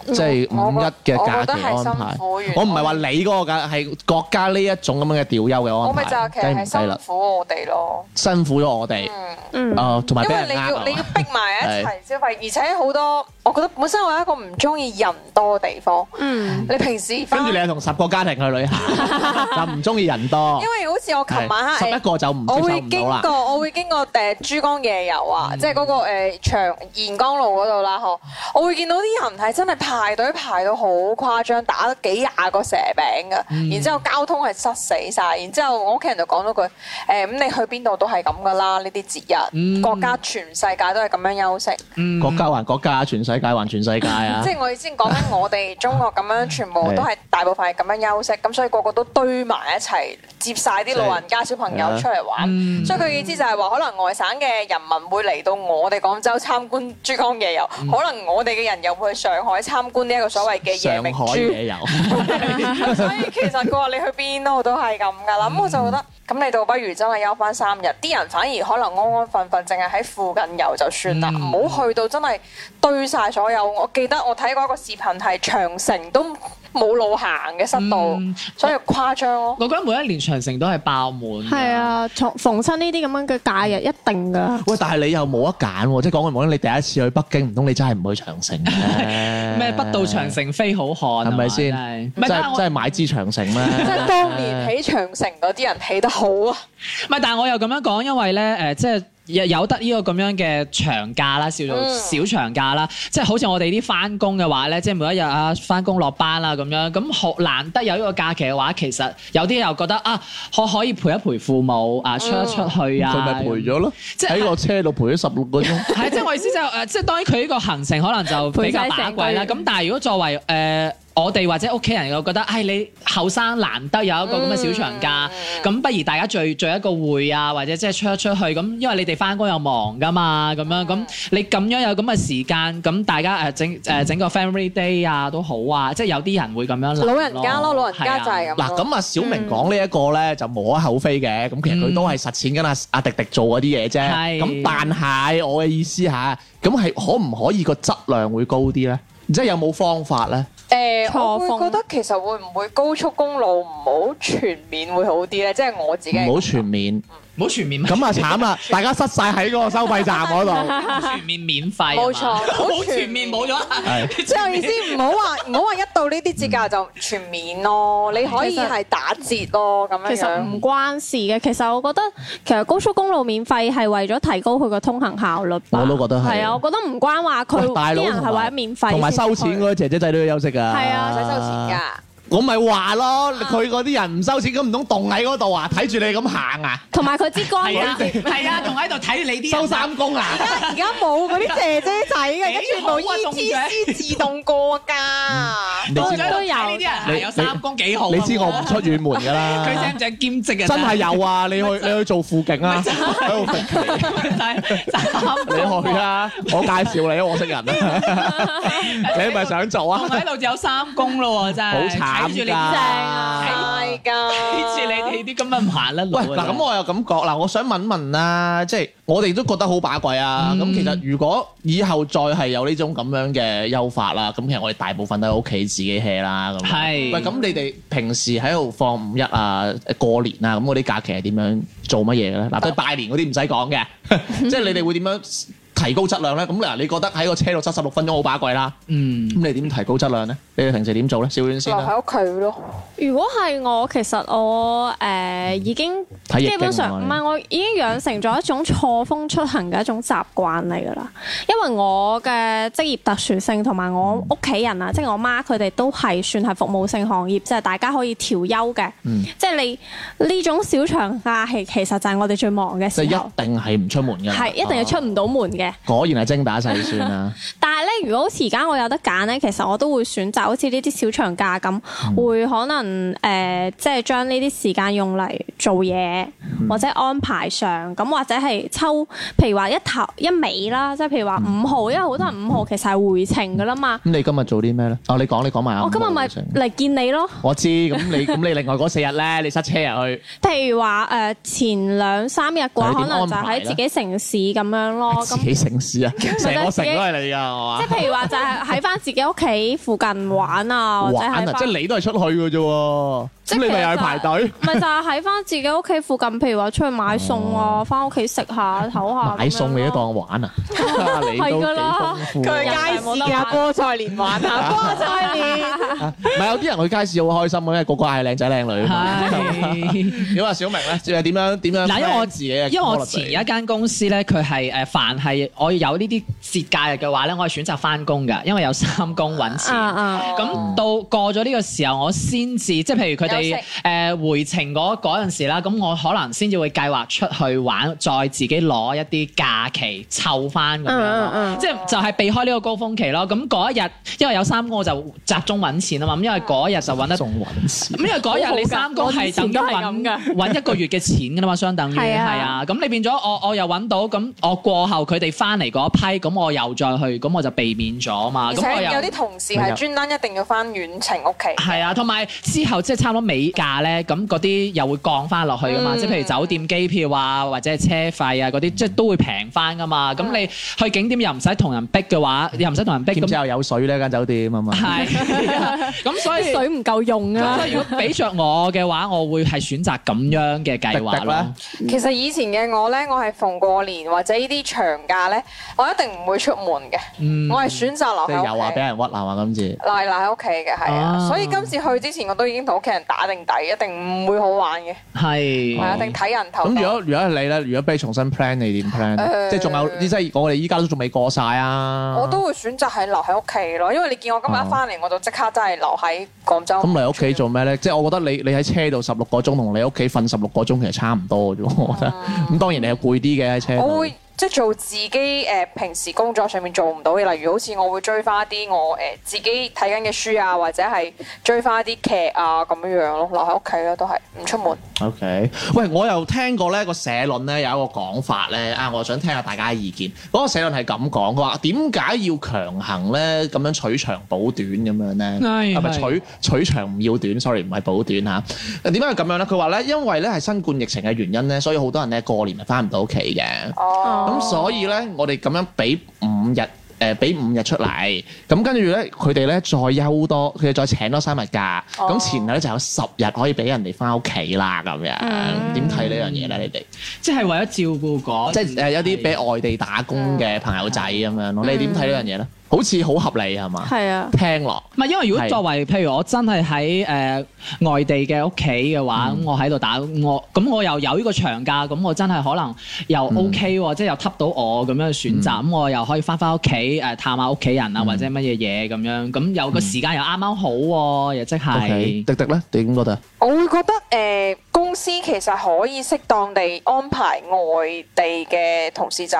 Speaker 4: 即係五一嘅假期安排。
Speaker 1: 嗯我覺得係辛苦
Speaker 4: 我唔係話你嗰個假，係國家呢一種咁樣嘅調休嘅
Speaker 1: 我
Speaker 4: 安
Speaker 1: 咪就係其實
Speaker 4: 排，雞
Speaker 1: 係
Speaker 4: 唔雞
Speaker 1: 辛
Speaker 4: 肋，
Speaker 1: 苦我哋咯，
Speaker 4: 辛苦咗我哋。
Speaker 1: 嗯。
Speaker 3: 嗯，
Speaker 4: 誒，同埋
Speaker 1: 因
Speaker 4: 俾
Speaker 1: 為你
Speaker 4: 人呃
Speaker 1: 要
Speaker 4: 啊
Speaker 1: 你要
Speaker 4: 嘛
Speaker 1: 逼埋一齊消費，而且好多，我覺得本身我係一個唔中意人多嘅地方。
Speaker 3: 嗯，
Speaker 1: 你平時
Speaker 4: 跟
Speaker 1: 翻，
Speaker 4: 住你
Speaker 1: 因
Speaker 4: 係同十個家庭去旅 行，就唔中意人多。
Speaker 1: 為好似我琴晚
Speaker 4: 哦十
Speaker 1: 黑
Speaker 4: 一個就唔
Speaker 1: 我
Speaker 4: 接受
Speaker 1: 會
Speaker 4: 唔
Speaker 1: 經
Speaker 4: 到啦。嗯
Speaker 1: 過，我會經過誒珠江夜遊啊，即係嗰個誒長沿江路嗰度啦，嗬。我會見到啲人係真係排隊排到好誇張，打咗幾廿個蛇餅
Speaker 4: 嗯
Speaker 1: 㗎，然之後交通係塞死晒。然之後我屋企人就講咗句誒，呃咁你去邊度都係咁㗎啦，呢啲節
Speaker 2: 嗯
Speaker 1: 日國家全世界都係咁樣休息。
Speaker 2: 嗯
Speaker 4: 國家還國家，全世界還全世界啊
Speaker 1: 即！係我意思講緊我哋中國咁樣，全部 都係大部分係咁樣休息，咁所以個個都堆埋一齊，接晒啲老人家、小朋友出嚟玩。
Speaker 2: 嗯
Speaker 1: 所以佢嘅意思就係話，可能外省嘅人民會嚟到我哋廣州參觀珠江夜遊，可能我哋嘅人又會去上海參觀呢一個所謂嘅夜
Speaker 4: 上
Speaker 1: 明
Speaker 4: 海
Speaker 1: 珠。
Speaker 4: 野遊，
Speaker 1: 所以其實佢話你去邊度都係咁噶啦，咁我就覺得咁你倒不如真係休翻三日，啲人反而可能安安分分，淨係喺附近遊就算啦，
Speaker 2: 嗯
Speaker 1: 唔好去到真係堆晒所有。我記得我睇過一個視頻係長城都冇路行嘅塞道，
Speaker 2: 嗯
Speaker 1: 所以誇張 咯。
Speaker 2: 我覺得每一年長城都係爆滿㗎。
Speaker 3: 係啊，從逢親呢啲咁樣嘅假日一定噶，
Speaker 4: 喂！但係你又冇得揀喎，即係講句唔好聽，你第一次去北京，唔通你真係唔去長城咩
Speaker 2: 咩不到長城非好漢
Speaker 4: 呃係咪先
Speaker 2: 啊嘛？
Speaker 4: 真係
Speaker 2: 真係唔係但係
Speaker 4: 真
Speaker 2: 我
Speaker 4: 係買支長城
Speaker 1: 即
Speaker 4: 咩？
Speaker 1: 係當年起長城嗰啲人起得好啊，
Speaker 2: 唔係，但係我又咁樣講，因為咧誒、即係。有有得呢個咁樣嘅長假啦，叫做
Speaker 1: 嗯
Speaker 2: 小長假啦，即係好似我哋啲翻工嘅話咧，即係每一日啊翻工落班啦咁樣，咁好難得有呢個假期嘅話，其實有啲又覺得啊，可可以陪一陪父母啊，出一出去
Speaker 4: 佢
Speaker 2: 啊，
Speaker 4: 嗯咪陪咗咯，
Speaker 2: 即係
Speaker 4: 喺個車度陪咗十六個 鐘。
Speaker 2: 係，即係我意思就誒，即係當然佢呢個行程可能就比較把貴啦。
Speaker 3: 陪晒成個月
Speaker 2: 咁但係如果作為誒、呃我哋或者屋企人，又覺得唉，你後生難得有一個咁嘅小長假，咁、不如大家聚聚一個會啊，或者即係出一出去咁，因為你哋翻工又忙噶嘛，咁樣咁你咁樣有咁嘅時間，咁大家誒整誒整個 family day 啊都好啊，即係有啲人會咁樣諗
Speaker 1: 老人家咯，老人家
Speaker 2: 係啊
Speaker 1: 就係咁
Speaker 4: 嗱，
Speaker 1: 咯。
Speaker 4: 咁啊，小明講呢一個咧就無可厚非嘅，咁其實佢都係實踐緊阿阿迪迪做嗰啲嘢啫。
Speaker 2: 係
Speaker 4: 咁但係我嘅意思嚇，咁係可唔可以個質量會高啲咧？即係有冇方法咧？
Speaker 1: 誒，
Speaker 3: 錯
Speaker 1: 我
Speaker 3: 峰
Speaker 1: 會覺得其實會唔會高速公路唔好全面會好啲咧？即係我自己係
Speaker 4: 唔好
Speaker 1: 咁
Speaker 4: 全面，
Speaker 2: 唔好全面
Speaker 4: 咁啊慘啦！大家塞晒喺嗰個收費站嗰度，
Speaker 2: 全面免費啊嘛，
Speaker 1: 冇錯
Speaker 2: 冇
Speaker 1: 好
Speaker 2: 全面冇咗，
Speaker 4: 係
Speaker 1: 即係我意思唔好話唔好話一到呢啲節假就全面咯，你可以係打折咯咁樣
Speaker 3: 其實
Speaker 1: 樣。
Speaker 3: 唔關事嘅。其實我覺得其實高速公路免費係為咗提高佢個通行效率吧。
Speaker 4: 我都覺得係
Speaker 3: 係啊，我覺得唔關話佢
Speaker 4: 喂大佬
Speaker 3: 啲人
Speaker 4: 同
Speaker 3: 係
Speaker 4: 埋
Speaker 3: 為咗免費
Speaker 4: 同埋
Speaker 3: 先
Speaker 4: 收
Speaker 3: 去
Speaker 4: 錢嗰啲姐姐仔都要休息㗎。
Speaker 3: 係
Speaker 1: 唔
Speaker 3: 啊
Speaker 1: 使收錢㗎。
Speaker 4: 我咪話咯，佢嗰啲人唔收錢，咁唔通凍喺嗰度啊？睇住你咁行啊？
Speaker 3: 同埋佢支歌
Speaker 2: 係啊係啊，仲喺度睇你啲人
Speaker 4: 收三公啊？
Speaker 1: 而家冇嗰啲姐姐仔嘅，而家全部
Speaker 2: 幾好啊中獎
Speaker 1: ETC 自動過㗎。
Speaker 4: 你知
Speaker 2: 我想
Speaker 3: 都有
Speaker 2: 睇呢啲人係有三公幾好啊，
Speaker 4: 你知我唔出遠門㗎啦。
Speaker 2: 佢想唔想兼職啊？
Speaker 4: 真係有啊！你去你去做輔警啊，喺度揈
Speaker 2: 真係
Speaker 4: 你去啊！我介紹你，我識人啊！你咪想做
Speaker 2: 我
Speaker 4: 啊？
Speaker 2: 喺度有三公咯喎，真係
Speaker 4: 好慘
Speaker 2: 睇住你
Speaker 4: 㗎
Speaker 2: 啲啊
Speaker 1: 係啊㗎，
Speaker 2: 睇住你哋啲咁嘅唔行得路
Speaker 4: 喂，
Speaker 2: 啊。
Speaker 4: 嗱咁我又咁覺嗱，我想問問啦，即係我哋都覺得好把貴啊。咁、
Speaker 2: 嗯
Speaker 4: 其實如果以後再係有呢種咁樣嘅優法啦，咁其實我哋大部分都喺屋企自己 hea 啦。咁
Speaker 2: 係
Speaker 4: 喂，咁你哋平時喺度放五一啊、過年啊，咁 嗰啲假期係點樣做乜嘢嘅咧？嗱，對拜年嗰啲唔使講嘅，即係你哋會點樣提高質量咧？咁嗱，你覺得喺個車度七十六分鐘好把貴啦，
Speaker 2: 嗯
Speaker 4: 咁你點提高質量咧？你哋平時點做咧？小婉先
Speaker 1: 留
Speaker 4: 啦，
Speaker 1: 喺屋企咯。
Speaker 3: 如果係我，其實我誒、呃已經
Speaker 4: 睇易
Speaker 3: 基本
Speaker 4: 經
Speaker 3: 上
Speaker 4: 啊
Speaker 3: 唔係，我已經養成咗一種錯峰出行嘅一種習慣嚟㗎啦。因為我嘅職業特殊性同埋
Speaker 4: 嗯
Speaker 3: 我屋企人啊，即係我媽佢哋都係算係服務性行業，即係大家可以調休嘅。
Speaker 4: 嗯
Speaker 3: 即係你呢種小長假期，其實就係我哋最忙嘅
Speaker 4: 即係一
Speaker 3: 時候，
Speaker 4: 定係唔出門嘅，
Speaker 3: 係一定係出
Speaker 4: 啊。
Speaker 3: 唔到門嘅。
Speaker 4: 果然係精打細算啊！
Speaker 3: 但係咧，如果好似而家我有得揀咧，其實我都會選擇好似呢啲小長假咁，
Speaker 4: 嗯
Speaker 3: 會可能誒、呃即係將呢啲時間用嚟做嘢，
Speaker 4: 嗯
Speaker 3: 或者安排上咁，或者係抽，譬如話一頭一尾啦，即係譬如話
Speaker 4: 嗯
Speaker 3: 五號，因為好多人五號其實係回程噶啦嘛。
Speaker 4: 咁你今日做啲咩咧？哦，你講你講埋啊！
Speaker 3: 我今日咪
Speaker 4: 唔好意思
Speaker 3: 嚟見你咯，
Speaker 4: 我知，咁你咁 你另外嗰四日咧，你塞車入去，
Speaker 3: 譬如話誒、呃前兩三日嘅話，
Speaker 4: 你點
Speaker 3: 可能
Speaker 4: 安
Speaker 3: 就
Speaker 4: 排
Speaker 3: 喺
Speaker 4: 咧
Speaker 3: 自己城市咁樣咯。
Speaker 4: 自
Speaker 3: 咁
Speaker 4: 己城市啊，成個
Speaker 3: 自
Speaker 4: 城
Speaker 3: 己
Speaker 4: 都係你啊，係嘛
Speaker 3: 即係？譬如話就係喺翻自己屋企附近玩啊，或者
Speaker 4: 玩
Speaker 3: 喺
Speaker 4: 啊！
Speaker 3: 返
Speaker 4: 即係你都係出去嘅啫喎，
Speaker 3: 即
Speaker 4: 咁
Speaker 3: 係
Speaker 4: 你咪又係
Speaker 3: 其實
Speaker 4: 排隊
Speaker 3: 咪就係喺翻自己屋企附近，譬如話出去買餸啊，翻屋企食下、唞下。
Speaker 4: 哦買餸，你都當玩啊？你都幾
Speaker 3: 㗎啦
Speaker 4: 豐富
Speaker 1: 佢
Speaker 4: 啊。
Speaker 1: 街市啊，菠菜連玩啊，菠菜連。
Speaker 4: 唔係有啲人去街市好開心嘅，因為個個嗌靚仔靚女啊嘛。
Speaker 2: 係。
Speaker 4: 你話小明咧，即係點樣點樣？
Speaker 2: 嗱，因為我
Speaker 4: 自己嘅 quality，
Speaker 2: 因為我前一間公司咧，佢係誒，凡係呃我有呢啲節假日嘅話咧，我係選擇翻工㗎，因為有三工揾錢。
Speaker 3: 啊啊！
Speaker 4: 哦
Speaker 2: 咁到過咗呢個時候，我先至即係譬如佢
Speaker 1: 休
Speaker 2: 哋
Speaker 1: 息
Speaker 2: 誒回程嗰嗰陣時啦，咁我可能先至會計劃出去玩，再自己攞一啲假期湊翻咁樣
Speaker 3: 嗯嗯
Speaker 2: 咯
Speaker 3: 嗯
Speaker 2: 即係就係避開呢個高峰期咯。咁嗰一日，因為有三工我就集中揾錢啊嘛，咁因為嗰一日就揾得
Speaker 4: 仲揾錢
Speaker 2: 咁因為嗰日你三工係等
Speaker 3: 我
Speaker 2: 於
Speaker 3: 以前都係咁
Speaker 2: 揾揾一個月嘅錢㗎啦嘛，相等於係
Speaker 3: 係啊
Speaker 2: 啊。咁你變咗我我又揾到，咁我過後佢哋翻嚟嗰批，咁我又再去，咁我就避免咗嘛。
Speaker 1: 而
Speaker 2: 咁我
Speaker 1: 且有
Speaker 2: 又
Speaker 1: 啲同事係專登一定要翻遠程屋企。
Speaker 2: 係啊，同埋之後即係差唔多尾價咧，咁嗰啲又會降翻落去㗎嘛。
Speaker 1: 嗯
Speaker 2: 即係譬如酒店機票啊，或者係車費啊嗰啲，即係都會平翻㗎嘛。咁你去景點又唔使同人逼嘅話，又唔使同人逼
Speaker 4: 兼
Speaker 2: 咁
Speaker 4: 之。後有水呢間酒店啊嘛。
Speaker 2: 係，咁所以
Speaker 3: 啲水唔夠用
Speaker 2: 咁
Speaker 3: 啊
Speaker 2: 所！以如果俾着我嘅話，我會係選擇咁樣嘅計劃
Speaker 4: 滴滴
Speaker 2: 咯
Speaker 4: 呢。
Speaker 1: 其實以前嘅我呢，我係逢過年或者呢啲長假呢，我一定唔會出門嘅，
Speaker 2: 嗯
Speaker 1: 我係選擇
Speaker 4: 即
Speaker 1: 留
Speaker 4: 係
Speaker 1: 喺
Speaker 4: 又話
Speaker 1: 屋
Speaker 4: 俾
Speaker 1: 企。
Speaker 4: 人屈係嘛？今次
Speaker 1: 賴賴喺屋企嘅係
Speaker 2: 啊
Speaker 1: 啊，所以今次去之前我都已經同屋企人打定底，一定唔會好玩嘅，
Speaker 2: 係
Speaker 1: 係啊，一定睇人頭。
Speaker 4: 哦咁如果如果係你咧，如果俾你重新 plan，你點 plan？啊
Speaker 1: 誒
Speaker 4: 即係仲有，即係我哋依家都仲未過晒啊。
Speaker 1: 我都會選擇係留喺屋企咯，因為你見我今日一翻嚟我就即刻真係留喺廣州。
Speaker 4: 咁嚟屋企做咩咧？即係我覺
Speaker 1: 嗯
Speaker 4: 得你你喺車度十六個鐘同你屋企瞓十六個鐘其實差唔多嘅啫，我覺得。 咁當然你係攰啲嘅喺車度。
Speaker 1: 啊我會即係做自己誒、呃平時工作上面做唔到嘅，例如好似我會追翻一啲我誒、呃自己睇緊嘅書啊，或者係追翻一啲劇啊咁樣樣咯，留喺屋企咯，都係唔出門。
Speaker 4: O K，喂，我又聽過咧個社論咧有一個講法咧，啊，我想聽下大家嘅意見。嗰、個社論係咁講，佢話點解要強行咧咁樣取長補短咁樣
Speaker 2: 係
Speaker 4: 咧？係咪取取長唔要短？sorry，唔係補短嚇。點解要咁樣咧？佢話咧，因為咧係新冠疫情嘅原因咧，所以好多人咧過年係翻唔到屋企嘅。
Speaker 1: 哦，
Speaker 4: 咁所以咧，我哋咁樣俾五日。誒俾五日出嚟，咁跟住咧，佢哋咧再休多，佢哋再請多三日假，咁、
Speaker 1: 哦
Speaker 4: 前後咧就有十日可以俾人哋翻屋企啦，咁樣點睇呢樣嘢咧？你哋
Speaker 2: 即係為咗照顧嗰
Speaker 4: 即係誒有啲俾外地打工嘅朋友仔咁樣咯，你點睇呢樣嘢咧？好似好合理係嘛？
Speaker 3: 係啊，
Speaker 4: 聽落
Speaker 2: 唔係因為如果
Speaker 4: 係
Speaker 2: 作為譬如我真係喺誒外地嘅屋企嘅話，
Speaker 4: 嗯
Speaker 2: 咁、我喺度打我咁我又有呢個長假，咁我真係可能又
Speaker 4: 嗯
Speaker 2: OK 喎，即係又揼到我咁樣嘅選擇，咁、我又可以翻翻屋企誒探下屋企人
Speaker 4: 嗯
Speaker 2: 啊，或者乜嘢嘢咁樣，咁有個時間又啱啱好喎，又即係。
Speaker 4: ，OK，迪迪咧，你點覺得？
Speaker 1: 我會覺得誒、呃公司其實可以適當地安排外地嘅同事仔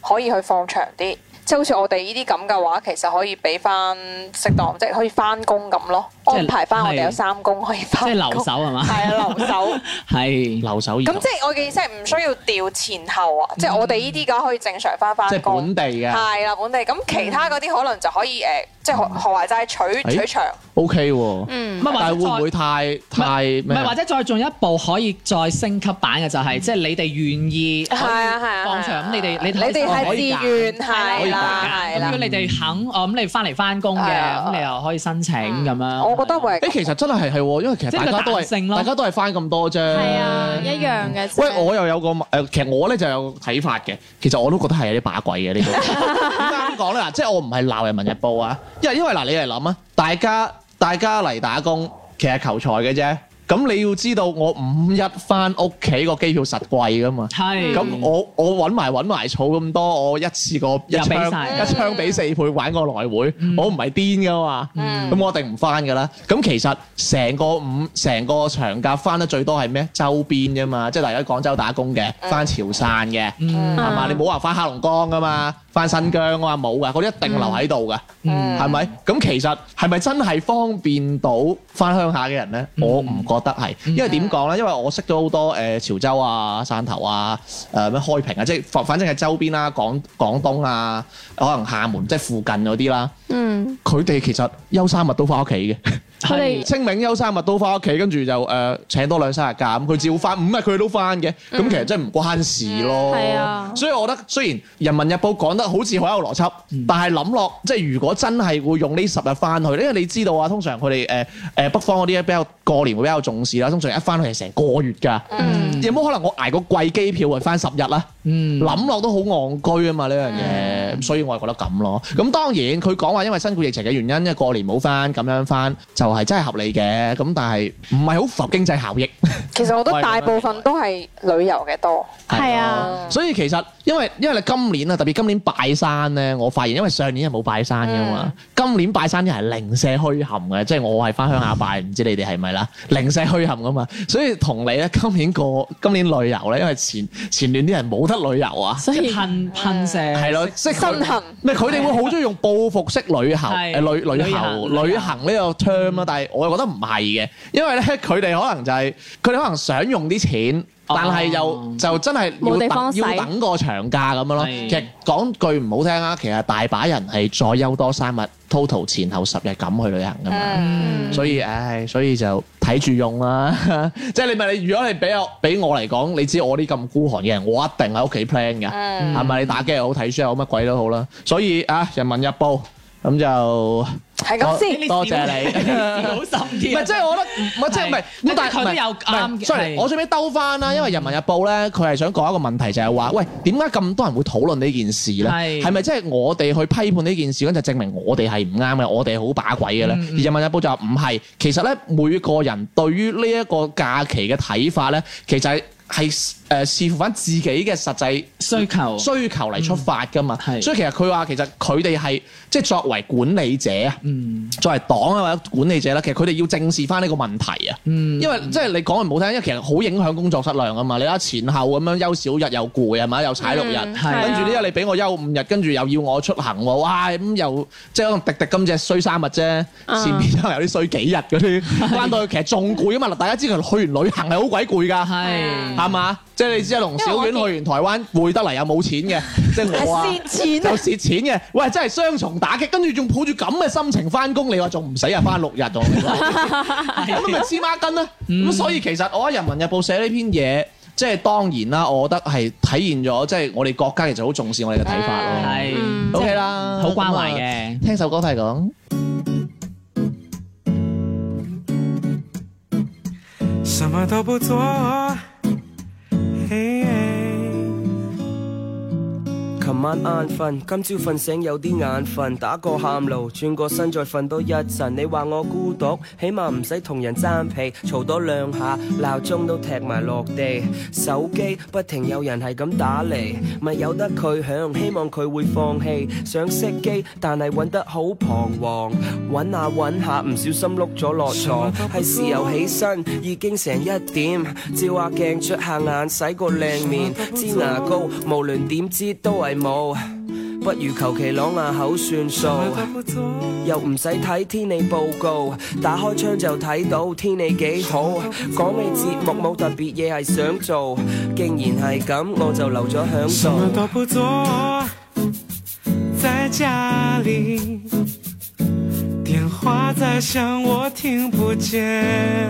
Speaker 1: 可以去放長啲，即係好似我哋呢啲咁嘅話，其實可以俾翻適當，即係可以翻工咁咯，
Speaker 2: 即係
Speaker 1: 安排翻我
Speaker 2: 係
Speaker 1: 哋有三工可以翻
Speaker 2: 即
Speaker 1: 工，
Speaker 2: 係 留守係嘛
Speaker 1: 係啊，留守。
Speaker 2: 係
Speaker 4: 留守兒
Speaker 1: 咁
Speaker 4: 童
Speaker 1: 即係我嘅意思係唔需要調前後
Speaker 2: 嗯
Speaker 1: 啊，即係我哋呢啲梗可以正常翻翻
Speaker 4: 即係
Speaker 1: 工
Speaker 4: 本，地
Speaker 2: 啊
Speaker 4: 嘅
Speaker 1: 係啦本地。咁其他嗰啲可能就可以誒，呃即係
Speaker 2: 嗯
Speaker 1: 學學壞齋取
Speaker 4: 咦
Speaker 1: 取長，
Speaker 4: ，OK 喎，
Speaker 3: 嗯
Speaker 2: 唔係
Speaker 4: 但係
Speaker 2: 啊或者
Speaker 4: 會唔
Speaker 2: 再
Speaker 4: 會太太
Speaker 2: 唔
Speaker 4: 咩
Speaker 2: 係，
Speaker 4: 啊
Speaker 2: 或？者再進一步可以再升級版嘅就係，即係你哋願意可以
Speaker 1: 係啊係啊，
Speaker 2: 放長，咁你哋你
Speaker 1: 你哋
Speaker 2: 可
Speaker 1: 係
Speaker 2: 以揀
Speaker 1: 自願
Speaker 2: 可
Speaker 1: 係
Speaker 2: 以
Speaker 1: 啦
Speaker 2: 揀
Speaker 1: 係
Speaker 2: 咁
Speaker 1: 啦
Speaker 2: 如果。你哋肯，哦咁你翻嚟翻工嘅，
Speaker 1: 係啊嗯
Speaker 2: 咁你又可以申請咁樣。
Speaker 1: 我覺得會
Speaker 4: 誒，
Speaker 1: 係咁
Speaker 4: 其實真係係喎，因為其實
Speaker 2: 即係
Speaker 4: 大
Speaker 2: 個
Speaker 4: 家都
Speaker 2: 彈性
Speaker 4: 係
Speaker 2: 咯
Speaker 4: 大家都係翻咁多啫。
Speaker 3: 係啊，一樣嘅啫。
Speaker 4: 喂，我又有個誒、其實我咧就有個睇法嘅。其實我都覺得係有啲把鬼嘅 呢個。點解咁講咧？嗱，即係我唔係鬧人民日報啊，因為因為嗱，你嚟諗啊，大家大家嚟打工，其實求財嘅啫。咁你要知道，我五一翻屋企個機票實貴噶嘛。
Speaker 2: 係
Speaker 4: 咁
Speaker 1: 嗯
Speaker 4: 我我揾埋揾埋儲咁多，我一次過一
Speaker 2: 又俾
Speaker 4: 槍
Speaker 2: 晒嗯
Speaker 4: 一槍俾四倍玩個來回，我唔係癲噶嘛。咁、我一定唔翻噶啦。咁其實成個五成個長假翻得最多係咩？周邊啫嘛，即係例如喺廣州打工嘅，翻潮汕嘅，係
Speaker 2: 嗯
Speaker 4: 嘛、你冇話翻黑龍江噶嘛，翻新疆啊嘛冇噶，嗰啲一定留喺度噶，
Speaker 2: 嗯
Speaker 4: 係咪、咁其實係咪真係方便到翻鄉下嘅人咧？我唔覺得係，因為點講咧？因為我識咗好多誒、呃潮州啊、汕頭啊、誒咩開平啊，即係反反正係周邊啦、廣廣東啊，可能廈門即係附近嗰啲啦。
Speaker 3: 嗯，
Speaker 4: 佢哋其實休三日都翻屋企嘅，
Speaker 3: 佢哋
Speaker 4: 清明休三日都翻屋企，跟住就誒、呃、請多兩三日假，咁佢照翻五日佢都翻嘅，咁、其實真係唔關事
Speaker 3: 嗯
Speaker 4: 咯。
Speaker 3: 係啊
Speaker 4: 所以我覺得雖然《人民日報》講得好似好有邏輯，
Speaker 3: 嗯
Speaker 4: 但係諗落即係如果真係會用呢十日翻去，因為你知道啊，通常佢哋誒誒北方嗰啲比較過年會比較重視啦，通常一翻去係成個月㗎，
Speaker 3: 嗯
Speaker 4: 有冇可能我捱個貴機票係翻十日啊啦？
Speaker 2: 嗯
Speaker 4: 諗落都好戇居啊嘛呢樣嘢，咁所以我係覺得咁咯。咁當然佢講話因為新冠疫情嘅原因，因為過年冇翻咁樣翻，就係真係合理嘅。咁但係唔係好符合經濟效益。
Speaker 1: 其實我覺得大部分都係旅遊嘅多，
Speaker 3: 係啊，
Speaker 4: 所以其實因為因為你今年啊，特別今年拜山咧，我發現因為上年係冇拜山噶嘛，今年拜山又係零舍虛冚嘅，即係我係翻鄉下拜，唔知你哋 係咪啦？零舍虛冚噶嘛，所以同你咧今年過今年旅遊咧，因為前前年啲人冇得旅遊啊。
Speaker 3: 所以
Speaker 1: 嗯
Speaker 2: 噴噴射
Speaker 4: 係咯，即係佢
Speaker 1: 身痕
Speaker 4: 唔係佢哋會好中意用報復式旅行
Speaker 2: 係
Speaker 4: 誒旅旅
Speaker 2: 旅
Speaker 4: 遊
Speaker 2: 行嗯
Speaker 4: 旅行呢個 term 啦，但係我又覺得唔係嘅，因為咧 佢哋可能就係佢哋可能想用啲錢。
Speaker 2: 哦
Speaker 4: 但係又就真係要
Speaker 3: 冇地
Speaker 4: 等
Speaker 3: 方使
Speaker 4: 要等個長假咁樣咯。
Speaker 2: 係
Speaker 4: 其實講句唔好聽啊，其實大把人係再休多三日，total 前後十日咁去旅行噶嘛。
Speaker 3: 嗯
Speaker 4: 所以唉，所以就睇住用啦。 即係你咪你，如果你俾我俾我嚟講，你知我啲咁孤寒嘅人，我一定喺屋企 plan 嘅，係咪、你打機又好，睇書又好，乜鬼都好啦。所以啊，《人民日報》咁就
Speaker 1: 係咁先。
Speaker 4: 多謝你。
Speaker 2: 好深
Speaker 4: 唔
Speaker 2: 啲
Speaker 4: 係，
Speaker 2: 啊
Speaker 4: 即！係我覺得唔係，即係唔係
Speaker 2: 係
Speaker 4: 咁，但係
Speaker 2: 佢都有
Speaker 4: 唔係
Speaker 2: 啱嘅
Speaker 4: Sorry，
Speaker 2: 係
Speaker 4: 我最尾兜翻啦，因為《人民日報》咧，佢係想講一個問題，就係話，喂，點解咁多人會討論呢件事咧？
Speaker 2: 係
Speaker 4: 係咪即係我哋去批判呢件事，咁就證明我哋係唔啱嘅，我哋好把鬼嘅咧？
Speaker 2: 嗯
Speaker 4: 而《人民日報》就話唔係，其實咧每個人對於呢一個假期嘅睇法咧，其實係係誒視乎翻自己嘅實際。
Speaker 2: 需求
Speaker 4: 需求嚟出發噶嘛，
Speaker 2: 哦嗯係
Speaker 4: 所以其實佢話其實佢哋係即係作為管理者啊，
Speaker 2: 嗯
Speaker 4: 作為黨啊或者管理者啦，其實佢哋要正視翻呢個問題啊，
Speaker 2: 嗯，
Speaker 4: 因為即係你講句唔好聽，因為其實好影響工作質量啊嘛。你睇下前後咁樣休少日又攰係咪？又踩六日，
Speaker 3: 嗯
Speaker 2: 係啊
Speaker 4: 跟住呢你俾我休五日，跟住又要我出行喎，哇咁又即係可能滴滴今隻衰三日啫，
Speaker 3: 啊
Speaker 4: 前面可能有啲衰幾日嗰 啲，翻到去其實仲攰啊嘛。嗱，大家知佢去完旅行係好鬼攰㗎。
Speaker 2: 係
Speaker 4: 係嘛？即係你知啊，同小丸去完台灣，攰得嚟又冇錢嘅，即 係我啊，
Speaker 1: 係蝕錢
Speaker 4: 就
Speaker 1: 啊
Speaker 4: 蝕錢嘅。喂，真係雙重打擊，跟住仲抱住咁嘅心情翻工，你話仲唔死啊？翻六日我同你 講咁咪黐孖筋啦。
Speaker 2: 嗯
Speaker 4: 咁所以其實我喺《人民日報》寫呢篇嘢，即係當然啦，我覺得係體現咗即係我哋國家其實好重視我哋嘅睇法咯。
Speaker 2: 係
Speaker 3: 嗯
Speaker 4: OK 啦，
Speaker 2: 好關懷
Speaker 4: 咁啊。
Speaker 2: 嘅。
Speaker 4: 聽首歌睇講。
Speaker 6: 什么都不做，嘿
Speaker 7: 琴晚晏瞓，今朝瞓醒有啲眼瞓，打個喊路，轉個身再瞓多一陣。你話我孤獨，起碼唔使同人爭被，嘈多兩下，鬧鐘都踢埋落地，手機不停有人係咁打嚟，咪由得佢響，希望佢會放棄。想熄機，但係揾得好彷徨，揾下揾下，唔小心碌咗落床，係時候起身，已經成一點，照下鏡，捽下眼，洗個靚面，支牙膏，無論點知都係冇，不如求其啷下口算數。
Speaker 6: 不做，
Speaker 7: 又唔使睇天氣報告，打開窗就睇到天氣幾好。講起節目冇特別嘢係想做，竟然係咁，我就留咗響
Speaker 6: 什么
Speaker 7: 度。
Speaker 6: 都不做，在家里，电话在响，我听不见，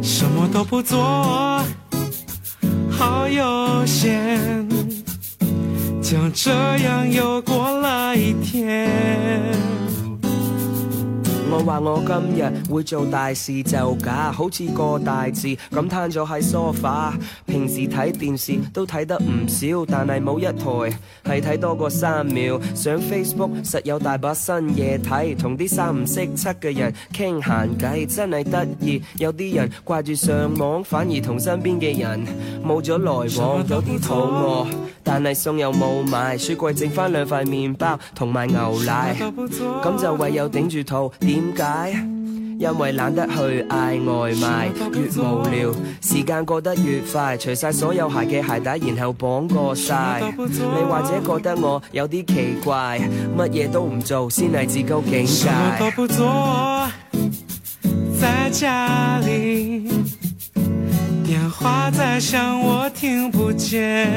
Speaker 6: 什么都不做，好悠闲，就这样又过了一天。
Speaker 7: 網話我今日會做大事就假，好似個大字咁攤咗喺 sofa。平時睇電視都睇得唔少，但係冇一台係睇多過三秒。上 Facebook 實有大把新嘢睇，同啲三唔識七嘅人傾閒偈真係得意。有啲人掛住上網，反而同身邊嘅人冇咗來往，有啲肚餓，但係餸又冇買，雪櫃剩翻兩塊麵包同埋牛奶。咁就唯有頂住肚，點解？因為懶得去嗌外賣，越無聊，時間過得越快，除晒所有鞋嘅鞋帶，然後綁過晒。你或者覺得我有啲奇怪，乜嘢都唔做先係至高境
Speaker 6: 什么
Speaker 7: 界
Speaker 6: 都。不做，在家里，电话在响，我听不见。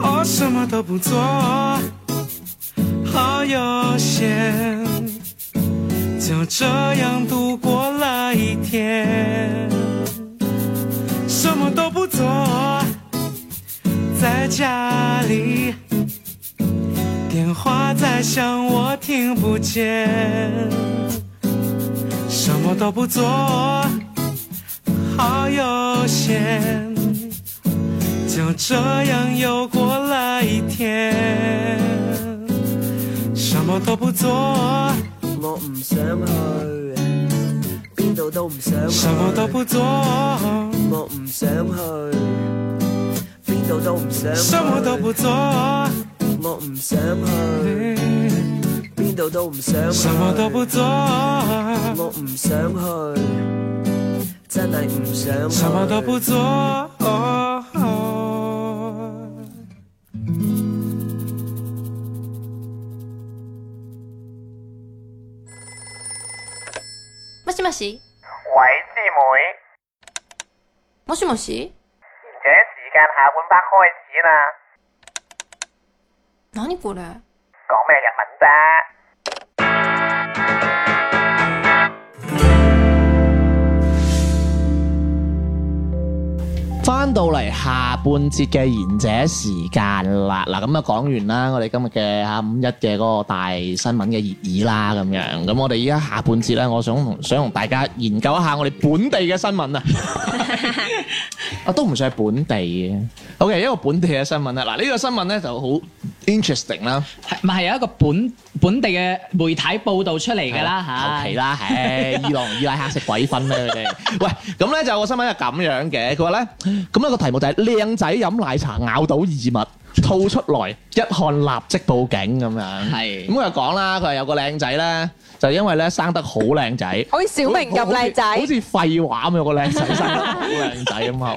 Speaker 6: 哦，什么都不做，好悠闲，就这样度过了一天。什么都不做，在家里。电话在响，我听不见，什么都不做，好悠闲，就这样又过了一天，什么都不做，
Speaker 7: 我唔想去，邊度都唔想去。
Speaker 6: 什么都不做，嗯
Speaker 7: 我唔想去，邊度都唔想去。
Speaker 6: 什么都不做，
Speaker 7: 我唔想去，邊度都唔想去。
Speaker 6: 什么都不做，
Speaker 7: 我唔想去，真係唔想去。
Speaker 6: 什么都不做。哦
Speaker 8: もしもし
Speaker 9: 喂，師妹，
Speaker 8: もしもし
Speaker 9: 而且時間下半 part 開始啦，
Speaker 8: 何これ
Speaker 9: 講咩日文啫？
Speaker 4: 翻到嚟下半節嘅賢者時間啦，嗱咁啊講完啦，我哋今日嘅下五一嘅嗰個大新聞嘅熱議啦，咁樣咁我哋依家下半節咧，我想同想同大家研究一下我哋本地嘅新聞啊， 啊都唔算係本地嘅，OK 一個本地嘅新聞啊啦，嗱呢個新聞咧就好 interesting 啦，
Speaker 2: 係咪係有一個本本地嘅媒體報導出嚟㗎啦嚇？
Speaker 4: 求其啊啦， 唉，伊朗伊拉克食鬼粉咩佢哋？喂，咁咧就有個新聞係咁樣嘅，佢話咧，咁有個題目就係靚仔飲奶茶咬到異物，吐出來，一看立即報警咁樣。
Speaker 2: 係
Speaker 4: 咁佢就講啦，佢話有個靚仔咧，就因為咧生得好靚仔。
Speaker 1: 好似小明咁靚仔，
Speaker 4: 好似廢話咁有個靚仔生得好靚仔咁係 嘛？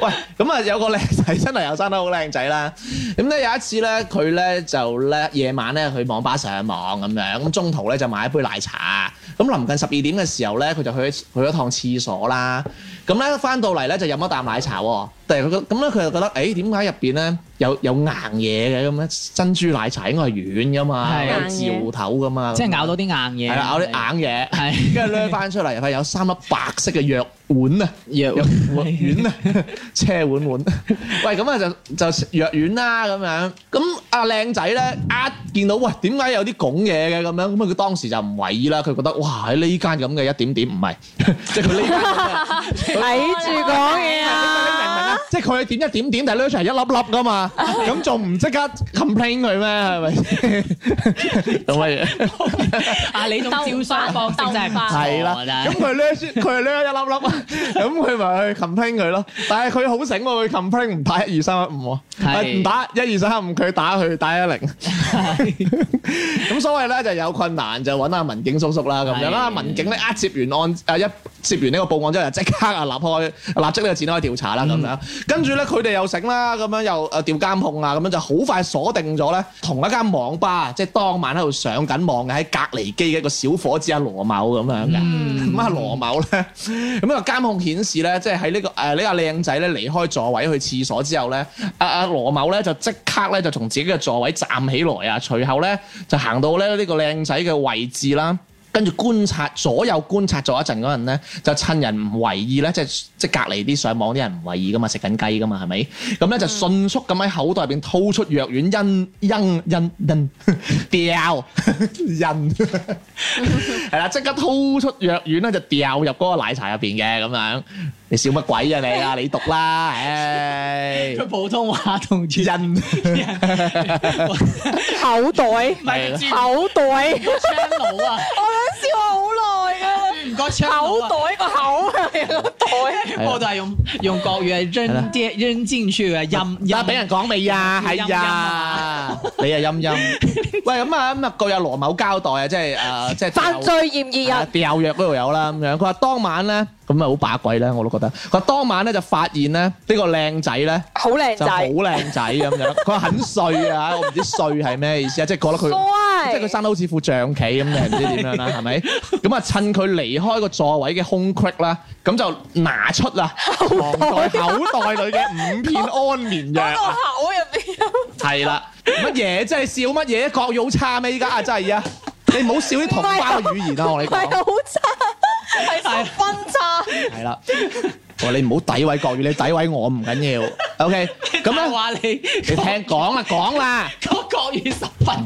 Speaker 4: 喂，咁啊有個靚仔真係又生得好靚仔啦。咁咧有一次咧，佢咧就咧夜晚咧去網吧上網咁樣，咁中途咧就買一杯奶茶。咁臨近十二點嘅時候咧，佢就去去咗趟廁所啦。咁咧翻到嚟咧就飲一啖奶茶喎。但係佢覺咁咧，佢就覺得誒點解入邊咧有有硬嘢嘅咁咧？珍珠奶茶應該係軟噶嘛，
Speaker 2: 係
Speaker 4: 有
Speaker 3: 硬
Speaker 4: 嚼頭噶嘛，
Speaker 2: 即係咬到啲硬嘢。
Speaker 4: 係啦，咬啲硬嘢。
Speaker 2: 係。
Speaker 4: 跟住掠翻出嚟，又發現有三粒白色嘅藥丸啊，
Speaker 2: 藥
Speaker 4: 藥丸啊，車碗碗。喂，咁啊就就藥丸啦咁樣。咁阿靚仔咧，一見到喂點解有啲拱嘢嘅咁樣，咁啊佢當時就唔為意啦，佢覺得哇喺呢間咁嘅一點點唔係， 即係佢呢間咁嘅。
Speaker 1: 睇住講嘢
Speaker 4: 你明唔明
Speaker 1: 啊！
Speaker 4: 啊？即係佢點一點點，但係 l 出嚟一粒粒噶嘛，咁仲唔即刻 complain 佢咩？係咪先？咁咪
Speaker 2: 啊！你種招商方式真係唔錯啊
Speaker 4: 係啦，咁
Speaker 2: 真係
Speaker 4: 佢掠佢係掠一粒啊粒，咁佢咪去 complain 佢咯。但係佢好醒喎，佢 complain 唔打一二三一五喎，
Speaker 2: 係
Speaker 4: 啊唔打一二三一五，佢打佢打一零。 咁所謂咧就有困難就揾阿民警叔叔啦咁樣啦。
Speaker 2: 係
Speaker 4: 民警咧一接完案誒一接完呢個報案之後，就即刻啊立開立即咧展開調查啦咁樣。跟住咧佢哋又醒啦，咁樣又誒調監控啊，咁樣就好快鎖定咗咧同一間網吧，即係當晚喺度上緊網嘅喺隔離機嘅一個小伙子阿羅某咁樣嘅。咁啊羅某咧，咁啊監控顯示咧，即係喺呢個誒呢個靚仔咧離開座位去廁所之後咧，阿阿羅某咧就即刻咧就從自己嘅座位站起來啊，隨後咧就行到咧呢個靚仔嘅位置啦。跟住觀察左右觀察咗一陣嗰陣咧，就趁人唔為意咧，即係即係隔離啲上網啲人唔為意噶嘛，食緊雞噶嘛，係咪？咁咧就迅速咁喺口袋入邊掏出藥丸，因因因因 掉印，係啦，即刻掏出藥丸咧就掉入嗰個奶茶入邊嘅咁樣。你笑乜鬼啊你啊？你讀啦，唉，
Speaker 2: 佢普通話同 印
Speaker 1: 口袋，
Speaker 2: 係啦
Speaker 1: 口袋，
Speaker 2: channel 啊，
Speaker 1: 我想笑好耐啊！
Speaker 2: 唔該 channel
Speaker 1: 口
Speaker 2: 啊。
Speaker 1: 袋個 口係個袋，
Speaker 4: 係啦
Speaker 2: 我就係用用國語係
Speaker 4: 係啦
Speaker 2: 扔啲扔進去啊，任
Speaker 4: 而家
Speaker 2: 任
Speaker 4: 俾人講未啊？
Speaker 2: 陰
Speaker 4: 係
Speaker 2: 陰
Speaker 4: 啊
Speaker 2: 啊，
Speaker 4: 你啊陰陰。喂，咁啊咁啊，據阿羅某交代啊，即係誒，即係
Speaker 1: 犯罪嫌疑
Speaker 4: 啊
Speaker 1: 人，
Speaker 4: 掉藥嗰度有啦咁樣。佢話當晚咧，咁啊好把鬼咧，我都覺得。佢話當晚咧就發現咧呢個靚仔咧
Speaker 1: 好靚
Speaker 4: 就好
Speaker 1: 仔，
Speaker 4: 靚仔咁樣。 佢話很帥啊，我唔知帥係咩意思啊，即係覺得佢。即係佢生得好似副象棋咁，你唔知點樣 啦，係咪？咁啊，趁佢離開個座位嘅空隙啦，咁就拿出啦，藏在口袋裏嘅五片安眠藥
Speaker 1: 嗰個
Speaker 4: 啊。
Speaker 1: 口入邊有
Speaker 4: 係啦，乜嘢真係笑乜嘢？國語好差咩？依家真係啊！你唔好笑啲同胞嘅語言啊！我哋
Speaker 1: 唔係
Speaker 4: 講
Speaker 1: 好
Speaker 2: 啊
Speaker 1: 差，係十分差，
Speaker 4: 係啦，我話你唔好詆毀國語，你詆毀我唔緊要。OK，咁
Speaker 2: 咁
Speaker 4: 咧
Speaker 2: 話你
Speaker 4: 你聽講啦，講啦。
Speaker 2: 講國語十 分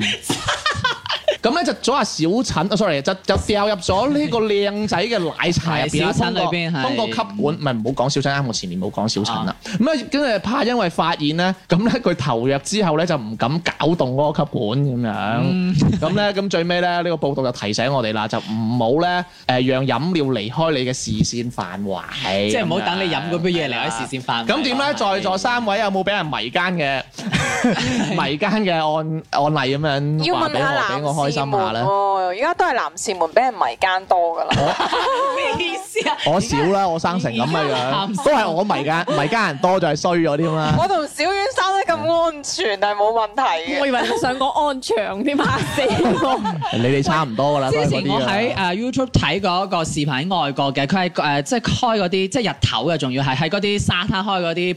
Speaker 4: 咁咧就咗阿小陳啊，sorry，就就掉入咗呢個靚仔嘅奶茶入邊啦
Speaker 2: 係小陳裏邊
Speaker 4: 通過通過
Speaker 2: 係
Speaker 4: 吸管，唔係唔好講小陳，啱我前面冇講小陳啦。咁咧跟住怕因為發現咧，咁咧佢投入之後咧就唔敢搞動嗰個吸管咁樣。 咁咧咁最尾咧呢個報道就提醒我哋啦，就唔好咧誒讓飲料離開你嘅視線範圍，
Speaker 2: 即係唔好
Speaker 4: 咁樣
Speaker 2: 等你飲嗰杯嘢嚟喺視線範圍
Speaker 4: 啊咁點 咧？在座三位有冇俾人迷奸嘅迷奸嘅案案例咁樣
Speaker 1: 要
Speaker 4: 話
Speaker 1: 問
Speaker 4: 俾
Speaker 1: 下
Speaker 4: 我，
Speaker 1: 男
Speaker 4: 俾我開
Speaker 1: 士
Speaker 4: 心
Speaker 1: 們
Speaker 4: 下咧？
Speaker 1: 喎，而家都係男士們俾人迷奸多㗎啦，
Speaker 2: 咩意思啊？
Speaker 4: 我少啦，我生成咁嘅樣，都係我迷 奸迷奸人多就係衰咗添啊啦。
Speaker 1: 我同小婉生得咁安全係冇問題 嘅
Speaker 3: 我。以為你想講安詳添，嚇死我！
Speaker 4: 你哋差唔多噶啦，都係嗰
Speaker 2: 之前我
Speaker 4: 啲啊
Speaker 2: 喺
Speaker 4: 㗎啦。
Speaker 2: 誒 YouTube 睇過一個視頻喺外國嘅，佢係誒即係開嗰啲即係日頭嘅，仲要係喺嗰啲沙灘開嗰啲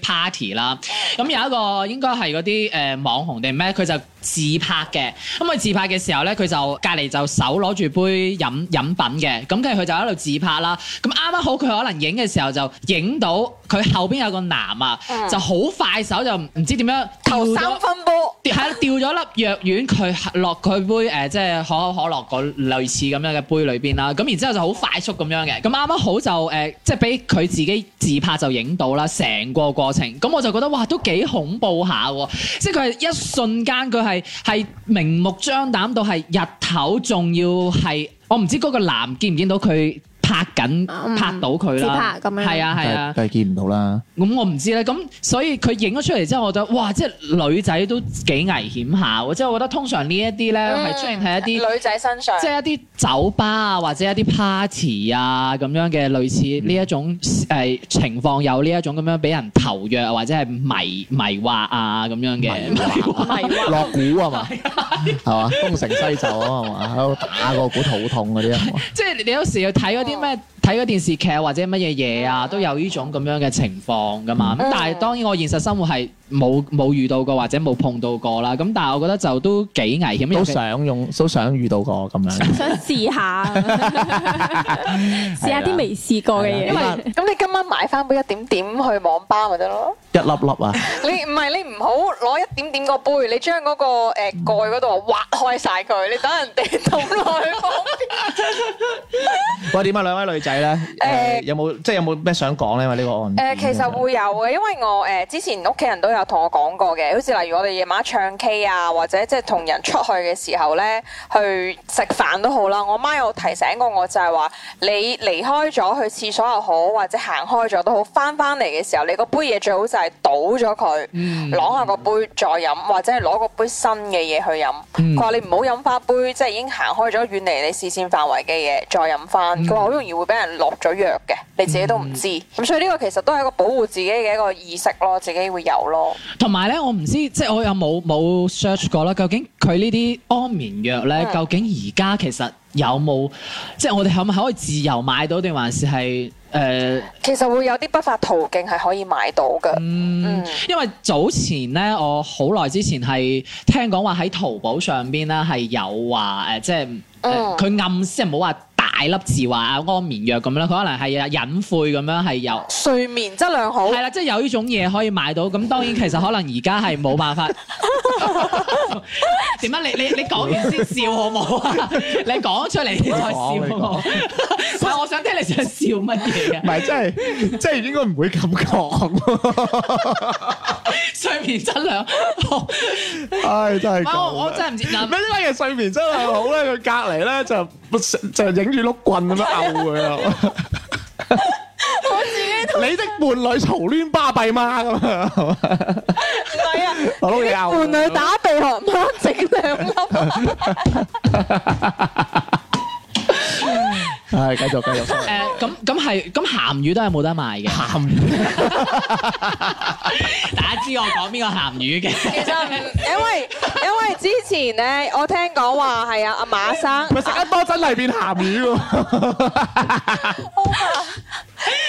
Speaker 2: party 啦。咁有一個應該係嗰啲誒網紅定咩，佢就自拍嘅。咁佢自拍嘅時候咧，佢就隔離就手攞住杯飲飲品嘅，咁跟住佢就喺度自拍啦。咁啱啱好佢可能影嘅時候就影到佢後邊有個男啊，
Speaker 4: 嗯
Speaker 2: 就好快手就唔知點樣
Speaker 1: 頭
Speaker 2: 掉咗
Speaker 1: 三分波，
Speaker 2: 掉係啦掉咗粒藥丸，佢落佢杯誒、呃即係可口可樂嗰類似咁樣嘅杯裏邊啦。咁然之後就好快速咁樣嘅，咁啱啱好就誒、呃即係俾佢自己自拍就影到啦，成個過程。咁我就覺得哇，都幾恐怖下喎！即係佢係一瞬間，佢係係明目張膽到係日頭，仲要係我唔知嗰個男見唔見到佢拍緊
Speaker 3: 嗯
Speaker 2: 拍到佢啦，
Speaker 3: 自拍咁樣
Speaker 2: 係啊係啊。
Speaker 4: 梗係見唔到啦。
Speaker 2: 咁我唔知咧，咁所以佢影咗出嚟之後，我覺得哇，即係女仔都幾危險下喎！即係我覺得通常呢一啲咧係出現喺一
Speaker 1: 嗯
Speaker 2: 啲
Speaker 1: 女仔身上，
Speaker 2: 即係一啲酒吧啊，或者一啲 party 啊咁樣嘅類似
Speaker 1: 嗯
Speaker 2: 呢一種誒、呃情況，有呢一種咁樣俾人投藥或者係迷迷惑啊咁樣嘅。
Speaker 4: 落鼓啊嘛，係嘛？東成西就啊嘛，喺度打個鼓肚痛嗰啲啊嘛。
Speaker 2: 即係你有時要睇嗰
Speaker 4: 哦
Speaker 2: 啲咩睇嗰電視劇或者乜嘢嘢
Speaker 4: 嗯
Speaker 2: 啊，都有呢種咁樣嘅情況噶嘛。咁但係當然我現實生活係冇冇遇到過或者冇碰到過啦。咁但係我覺得就都幾危險，
Speaker 4: 都
Speaker 2: 尤其
Speaker 4: 想用，都想遇到過咁樣。
Speaker 3: 想試 下，試下啲未試過嘅
Speaker 4: 啊係啊
Speaker 3: 嘢
Speaker 4: 啦。
Speaker 1: 咁你今晚買翻杯一點點去網吧咪得咯？
Speaker 4: 一粒粒啊，
Speaker 1: 你唔係你唔好攞一點點個杯，你將嗰個誒蓋嗰度挖開晒佢，你等人哋抌落去旁邊。
Speaker 4: 喂點啊？兩位女仔咧，誒
Speaker 1: 誒
Speaker 4: 有冇即係有冇咩想講咧？因為呢個案
Speaker 1: 誒、呃其實會有嘅，因為我誒、之前屋企人都有同我講過嘅，好似例如我哋夜晚唱 K 啊，或者即係同人出去嘅時候咧，去食飯都好啦。我媽有提醒過我就係話，你離開咗去廁所又好，或者行開咗都好，翻翻嚟嘅時候，你個杯嘢最好就係倒咗佢，攞下個杯再飲，或者係攞個杯新嘅嘢去飲。佢話、你唔好飲翻杯，即係已經行開咗遠離你視線範圍嘅嘢再飲翻。佢話好容易會俾人落咗藥嘅，你自己都唔知。咁所以呢個其實都係一個保護自己嘅一個意識咯，自己會有咯。
Speaker 2: 同埋咧，我唔知即係我有冇冇 search 過啦。究竟佢呢啲安眠藥咧，
Speaker 1: 嗯
Speaker 2: 究竟而家其實有冇即係我哋係咪可以自由買到，定還是係誒？呃
Speaker 1: 其實會有啲不法途徑係可以買到嘅。嗯，
Speaker 2: 因為早前咧，
Speaker 1: 嗯
Speaker 2: 我好耐之前係聽講話喺淘寶上邊咧係有話誒、呃即係誒佢暗示係冇話大粒字話安眠藥咁樣啦，佢可能係隱晦咁樣係有。
Speaker 1: 睡眠質量好。
Speaker 2: 係啦，即係有呢種嘢可以買到，咁當然其實可能而家係 冇辦法。點解你你你講完先笑好冇 啊？你講出嚟再笑好冇？但係我想聽你想笑乜嘢啊
Speaker 4: 唔？係，真係真係應該唔會咁 啊講。
Speaker 2: 睡眠質量好，
Speaker 4: 唉，真係咁
Speaker 2: 我我真係唔知嗱
Speaker 4: 唔係呢位嘅睡眠質量好咧，佢隔離咧就就影住碌棍咁樣毆佢啊！
Speaker 1: 我自己同
Speaker 4: 你的伴侶嘈亂巴閉嗎？咁啊，係嘛
Speaker 1: 唔係啊，
Speaker 4: 我都幾拗
Speaker 1: 伴侶打鼻鼾媽整兩粒。
Speaker 4: 係繼續繼續。
Speaker 2: 誒呃咁咁係咁鹹魚都係冇得賣嘅，
Speaker 4: 哦鹹魚
Speaker 2: 大家知我講邊個鹹魚嘅？
Speaker 1: 其實唔因為因為之前咧，我聽講話係啊阿馬生
Speaker 4: 咪食得多真係變鹹魚喎。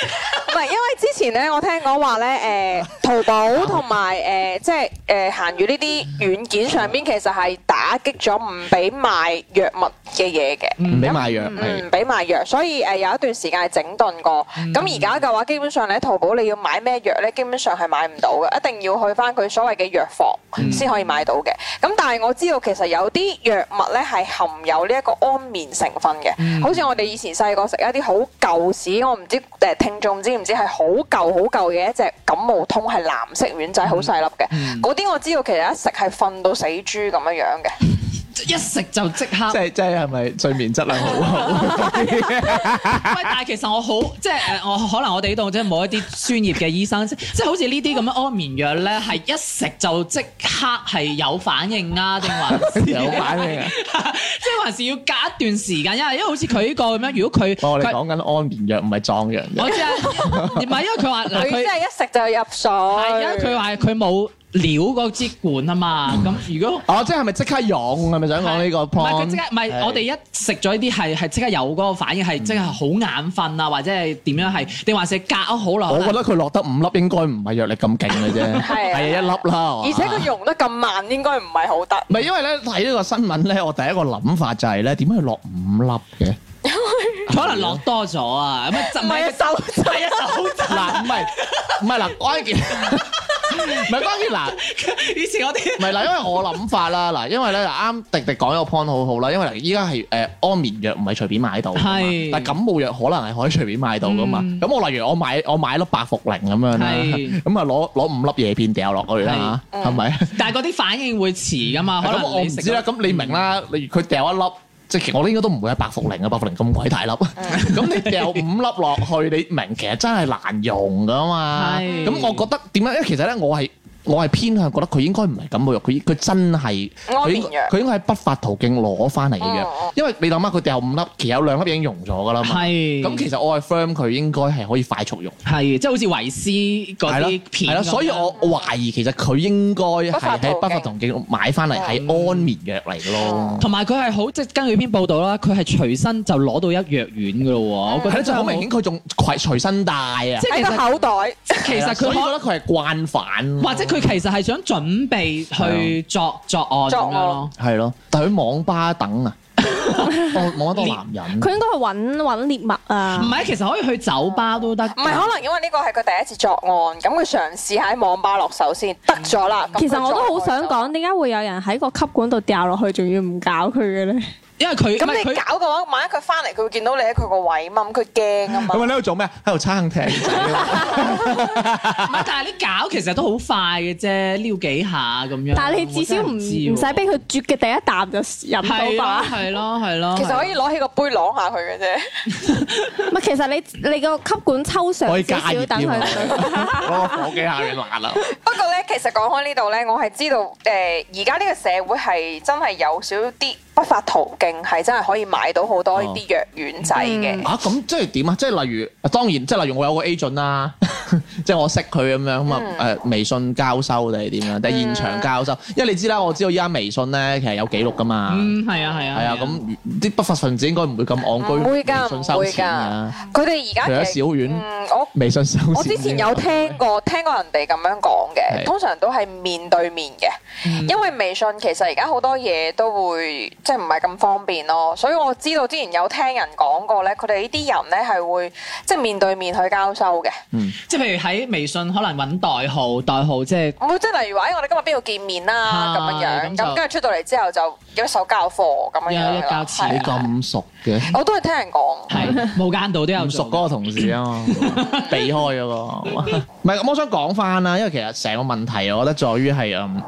Speaker 1: 唔係，因為之前咧，我聽講話咧，誒淘寶同埋誒即係誒閒魚呢啲軟件上邊，其實係打擊咗唔俾賣藥物嘅嘢嘅，
Speaker 4: 唔俾賣藥係
Speaker 1: 嗯唔俾賣藥，所以誒有一段時間係整頓過。咁而家嘅話，基本上你喺淘寶你要買咩藥咧，基本上係買唔到嘅，一定要去翻佢所謂嘅藥房先可以買到嘅。咁但係我知道其實有啲藥物咧係含有呢一個安眠成分嘅，好似我哋以前細個食一啲好舊屎，我唔知誒聽眾知唔知係好舊好舊嘅一隻感冒通係藍色丸仔，好細粒嘅。嗰啲我知道其實一食係瞓到死豬咁樣樣嘅。
Speaker 2: 一食就即刻
Speaker 4: 即。係即係係咪睡眠質量好 好？
Speaker 2: 喂，但係其實我好即係誒，我可能我哋呢度即係冇一啲專業嘅醫生，即即係好似呢啲咁樣哦安眠藥咧，係一食就即刻係有反應啊，定還是
Speaker 4: 有反應啊？
Speaker 2: 即係還是要隔一段時間，因為因為好似佢呢個咁樣，如果佢
Speaker 4: 我哋
Speaker 2: 佢
Speaker 4: 哦講緊安眠藥唔係壯陽藥
Speaker 2: 我。知啊，唔係因為佢話嗱
Speaker 1: 佢真
Speaker 2: 佢。
Speaker 1: 係一食就入
Speaker 2: 係啊，
Speaker 1: 水。
Speaker 2: 佢話佢冇料嗰支管啊嘛，咁如果。
Speaker 4: 哦，即係咪即刻湧？係咪想講呢個
Speaker 2: 唔係
Speaker 4: point？
Speaker 2: 佢即刻，唔係我哋一食咗呢啲係係即刻有嗰個反應，
Speaker 4: 嗯
Speaker 2: 係即係好眼瞓啊，或者係點樣係，定還是隔咗好耐？
Speaker 4: 我覺得佢落得五粒應該唔係藥力咁勁嘅啫，
Speaker 1: 係啊
Speaker 4: 係一粒啦。而
Speaker 3: 哦
Speaker 1: 而且佢溶得咁慢，應該唔係好得。
Speaker 4: 唔係因為咧睇呢個新聞咧，我第一個諗法就係咧點解要落五粒嘅？
Speaker 2: 佢可能落多咗啊，咁啊就
Speaker 1: 唔係啊，手
Speaker 2: 唔係啊手震。
Speaker 4: 嗱，唔係唔係嗱，關鍵唔係關鍵嗱。
Speaker 2: 以前我哋
Speaker 4: 唔係嗱，因為我諗法啦，嗱，因為咧啱迪迪講一個 point 好好啦，因為嗱依家係誒安眠藥唔係隨便買到㗎嘛，
Speaker 2: 係嗯
Speaker 4: 但感冒藥可能係可以隨便買到噶嘛。咁我例如我買我買粒百服靈咁樣啦，
Speaker 2: 係
Speaker 4: 咁啊攞攞五粒椰片掉落去啦，係咪？
Speaker 2: 但係嗰啲反應會遲噶啊嘛，可
Speaker 4: 咁
Speaker 2: 能
Speaker 4: 我唔
Speaker 2: 你食
Speaker 4: 知啦，
Speaker 2: 咗嗯
Speaker 4: 咁你明啦，你佢掉一粒。即係其實我覺得應該都唔會係百服靈啊，百服靈咁鬼大 粒，
Speaker 2: 嗯
Speaker 4: 咁你掉五粒落去，你明其實真係難用噶嘛。
Speaker 2: 係
Speaker 4: 咁我覺得點解？因為其實咧，我係我係偏向覺得佢應該唔係感冒藥，佢佢真係佢
Speaker 1: 安
Speaker 4: 應
Speaker 1: 眠藥
Speaker 4: 佢應該係不法途徑攞翻嚟嘅藥
Speaker 1: 哦哦。
Speaker 4: 因為你諗下，佢掉五粒，其實有兩粒已經溶咗噶啦嘛。
Speaker 2: 係
Speaker 4: 咁其實我係 firm 佢應該係可以快速溶。
Speaker 2: 係即係好似維斯嗰
Speaker 4: 係咯
Speaker 2: 啲
Speaker 4: 係
Speaker 2: 片
Speaker 4: 咯，
Speaker 2: 咁樣
Speaker 4: 所以我我懷疑其實佢應該
Speaker 1: 不法
Speaker 4: 係
Speaker 1: 途
Speaker 4: 喺
Speaker 1: 徑
Speaker 4: 不法途徑買翻嚟係安眠藥嚟嘅咯。
Speaker 2: 同埋佢係好即係根據篇報道啦，佢係隨身就攞到一藥丸嘅咯喎，我覺
Speaker 4: 係
Speaker 2: 得
Speaker 4: 咯，就好
Speaker 2: 真係
Speaker 4: 明顯佢仲攜隨身帶啊！
Speaker 2: 即係
Speaker 1: 喺
Speaker 2: 其
Speaker 1: 個
Speaker 2: 實
Speaker 1: 口袋。
Speaker 2: 其實佢
Speaker 4: 所以
Speaker 2: 可
Speaker 4: 覺得佢係慣犯，啊
Speaker 2: 或者佢其實係想準備去作作案咁樣咯。
Speaker 4: 係咯，但係佢網吧等 啊，我網吧多男人，
Speaker 3: 佢應該係揾揾獵物
Speaker 2: 唔
Speaker 3: 啊，
Speaker 2: 係，其實可以去酒吧都得。
Speaker 1: 唔係，可能因為呢個係佢第一次作案，咁佢嘗試喺網吧落手先，得咗啦。咁
Speaker 3: 嗯其實
Speaker 1: 佢
Speaker 3: 我都好想
Speaker 1: 再落手
Speaker 3: 講，點解會有人喺個吸管度掉落去，仲要唔搞佢嘅咧？
Speaker 2: 因為佢唔
Speaker 1: 咁
Speaker 2: 係
Speaker 1: 你
Speaker 2: 佢
Speaker 1: 搞嘅話，萬一佢翻嚟，佢會見到你喺佢個位嘛，咁佢驚啊嘛
Speaker 4: 咁。你喺度做咩？喺度撐艇
Speaker 2: 唔係，但係你搞其實都好快嘅啫，撩幾下咁樣。
Speaker 3: 但係你至少唔
Speaker 2: 我真係知
Speaker 3: 唔
Speaker 2: 喎
Speaker 3: 使俾佢啜嘅第一啖就飲
Speaker 2: 係
Speaker 3: 到吧
Speaker 2: 咯，？
Speaker 4: 啊
Speaker 2: 係咯，係咯。
Speaker 1: 其實可以攞起個杯啷下佢嘅 啫。
Speaker 3: 唔係，其實你你個吸管抽上
Speaker 4: 可以
Speaker 3: 少
Speaker 4: 加熱啊
Speaker 3: 少，等
Speaker 4: 啲嘛
Speaker 3: 佢。
Speaker 4: 攞個火機下嘅辣啦，
Speaker 1: 不過咧，其實講開呢度咧，我係知道誒，而家呢個社會係真係有少啲不法途徑，係真係可以買到好
Speaker 3: 嗯
Speaker 1: 多呢啲藥丸仔嘅。
Speaker 4: 啊咁即係點啊？即係例如，啊當然即係例如我有個 agent 啦， 即係我識佢咁樣咁
Speaker 1: 嗯
Speaker 4: 啊誒微信交收定係點樣？定係現場交收？因為你知啦，我知道依家微信咧其實有記錄噶嘛。
Speaker 2: 嗯，係啊，係啊，
Speaker 4: 係啊，咁啲不法分子應該唔會咁戇居，
Speaker 1: 唔會㗎
Speaker 4: 微信收錢
Speaker 1: 唔
Speaker 4: 㗎。
Speaker 1: 佢哋而
Speaker 4: 除
Speaker 1: 家
Speaker 4: 咗
Speaker 1: 其實
Speaker 4: 小院，
Speaker 1: 嗯，我
Speaker 4: 微信收錢。
Speaker 1: 我之
Speaker 2: 啊
Speaker 1: 前有聽過，聽過人哋咁樣講
Speaker 4: 係
Speaker 1: 嘅，通常都
Speaker 2: 嗯
Speaker 1: 係面對面嘅，因為微信其實而家好多嘢都會即係唔係咁方方便咯。所以我知道之前有聽人講過咧，佢哋呢啲人咧係會即係面對面去交收嘅。
Speaker 2: 即係譬如喺微信可能揾代號，代號即係
Speaker 1: 唔會即係例如話，哎我哋今日邊度見面啦
Speaker 2: 係
Speaker 1: 咁樣樣，
Speaker 2: 啊咁就
Speaker 1: 咁跟住出到嚟之後就一手交貨咁樣
Speaker 2: 一
Speaker 1: 樣
Speaker 2: 交
Speaker 1: 啦。
Speaker 2: 錢
Speaker 4: 你
Speaker 1: 係啊
Speaker 4: 咁熟嘅，
Speaker 1: 我都係聽人講。
Speaker 2: 係無間道都有
Speaker 4: 唔熟
Speaker 2: 做
Speaker 4: 嗰個同事啊 嘛，避開嗰個。唔係，咁我想講翻啦，因為其實成個問題，我覺得在於係嗯，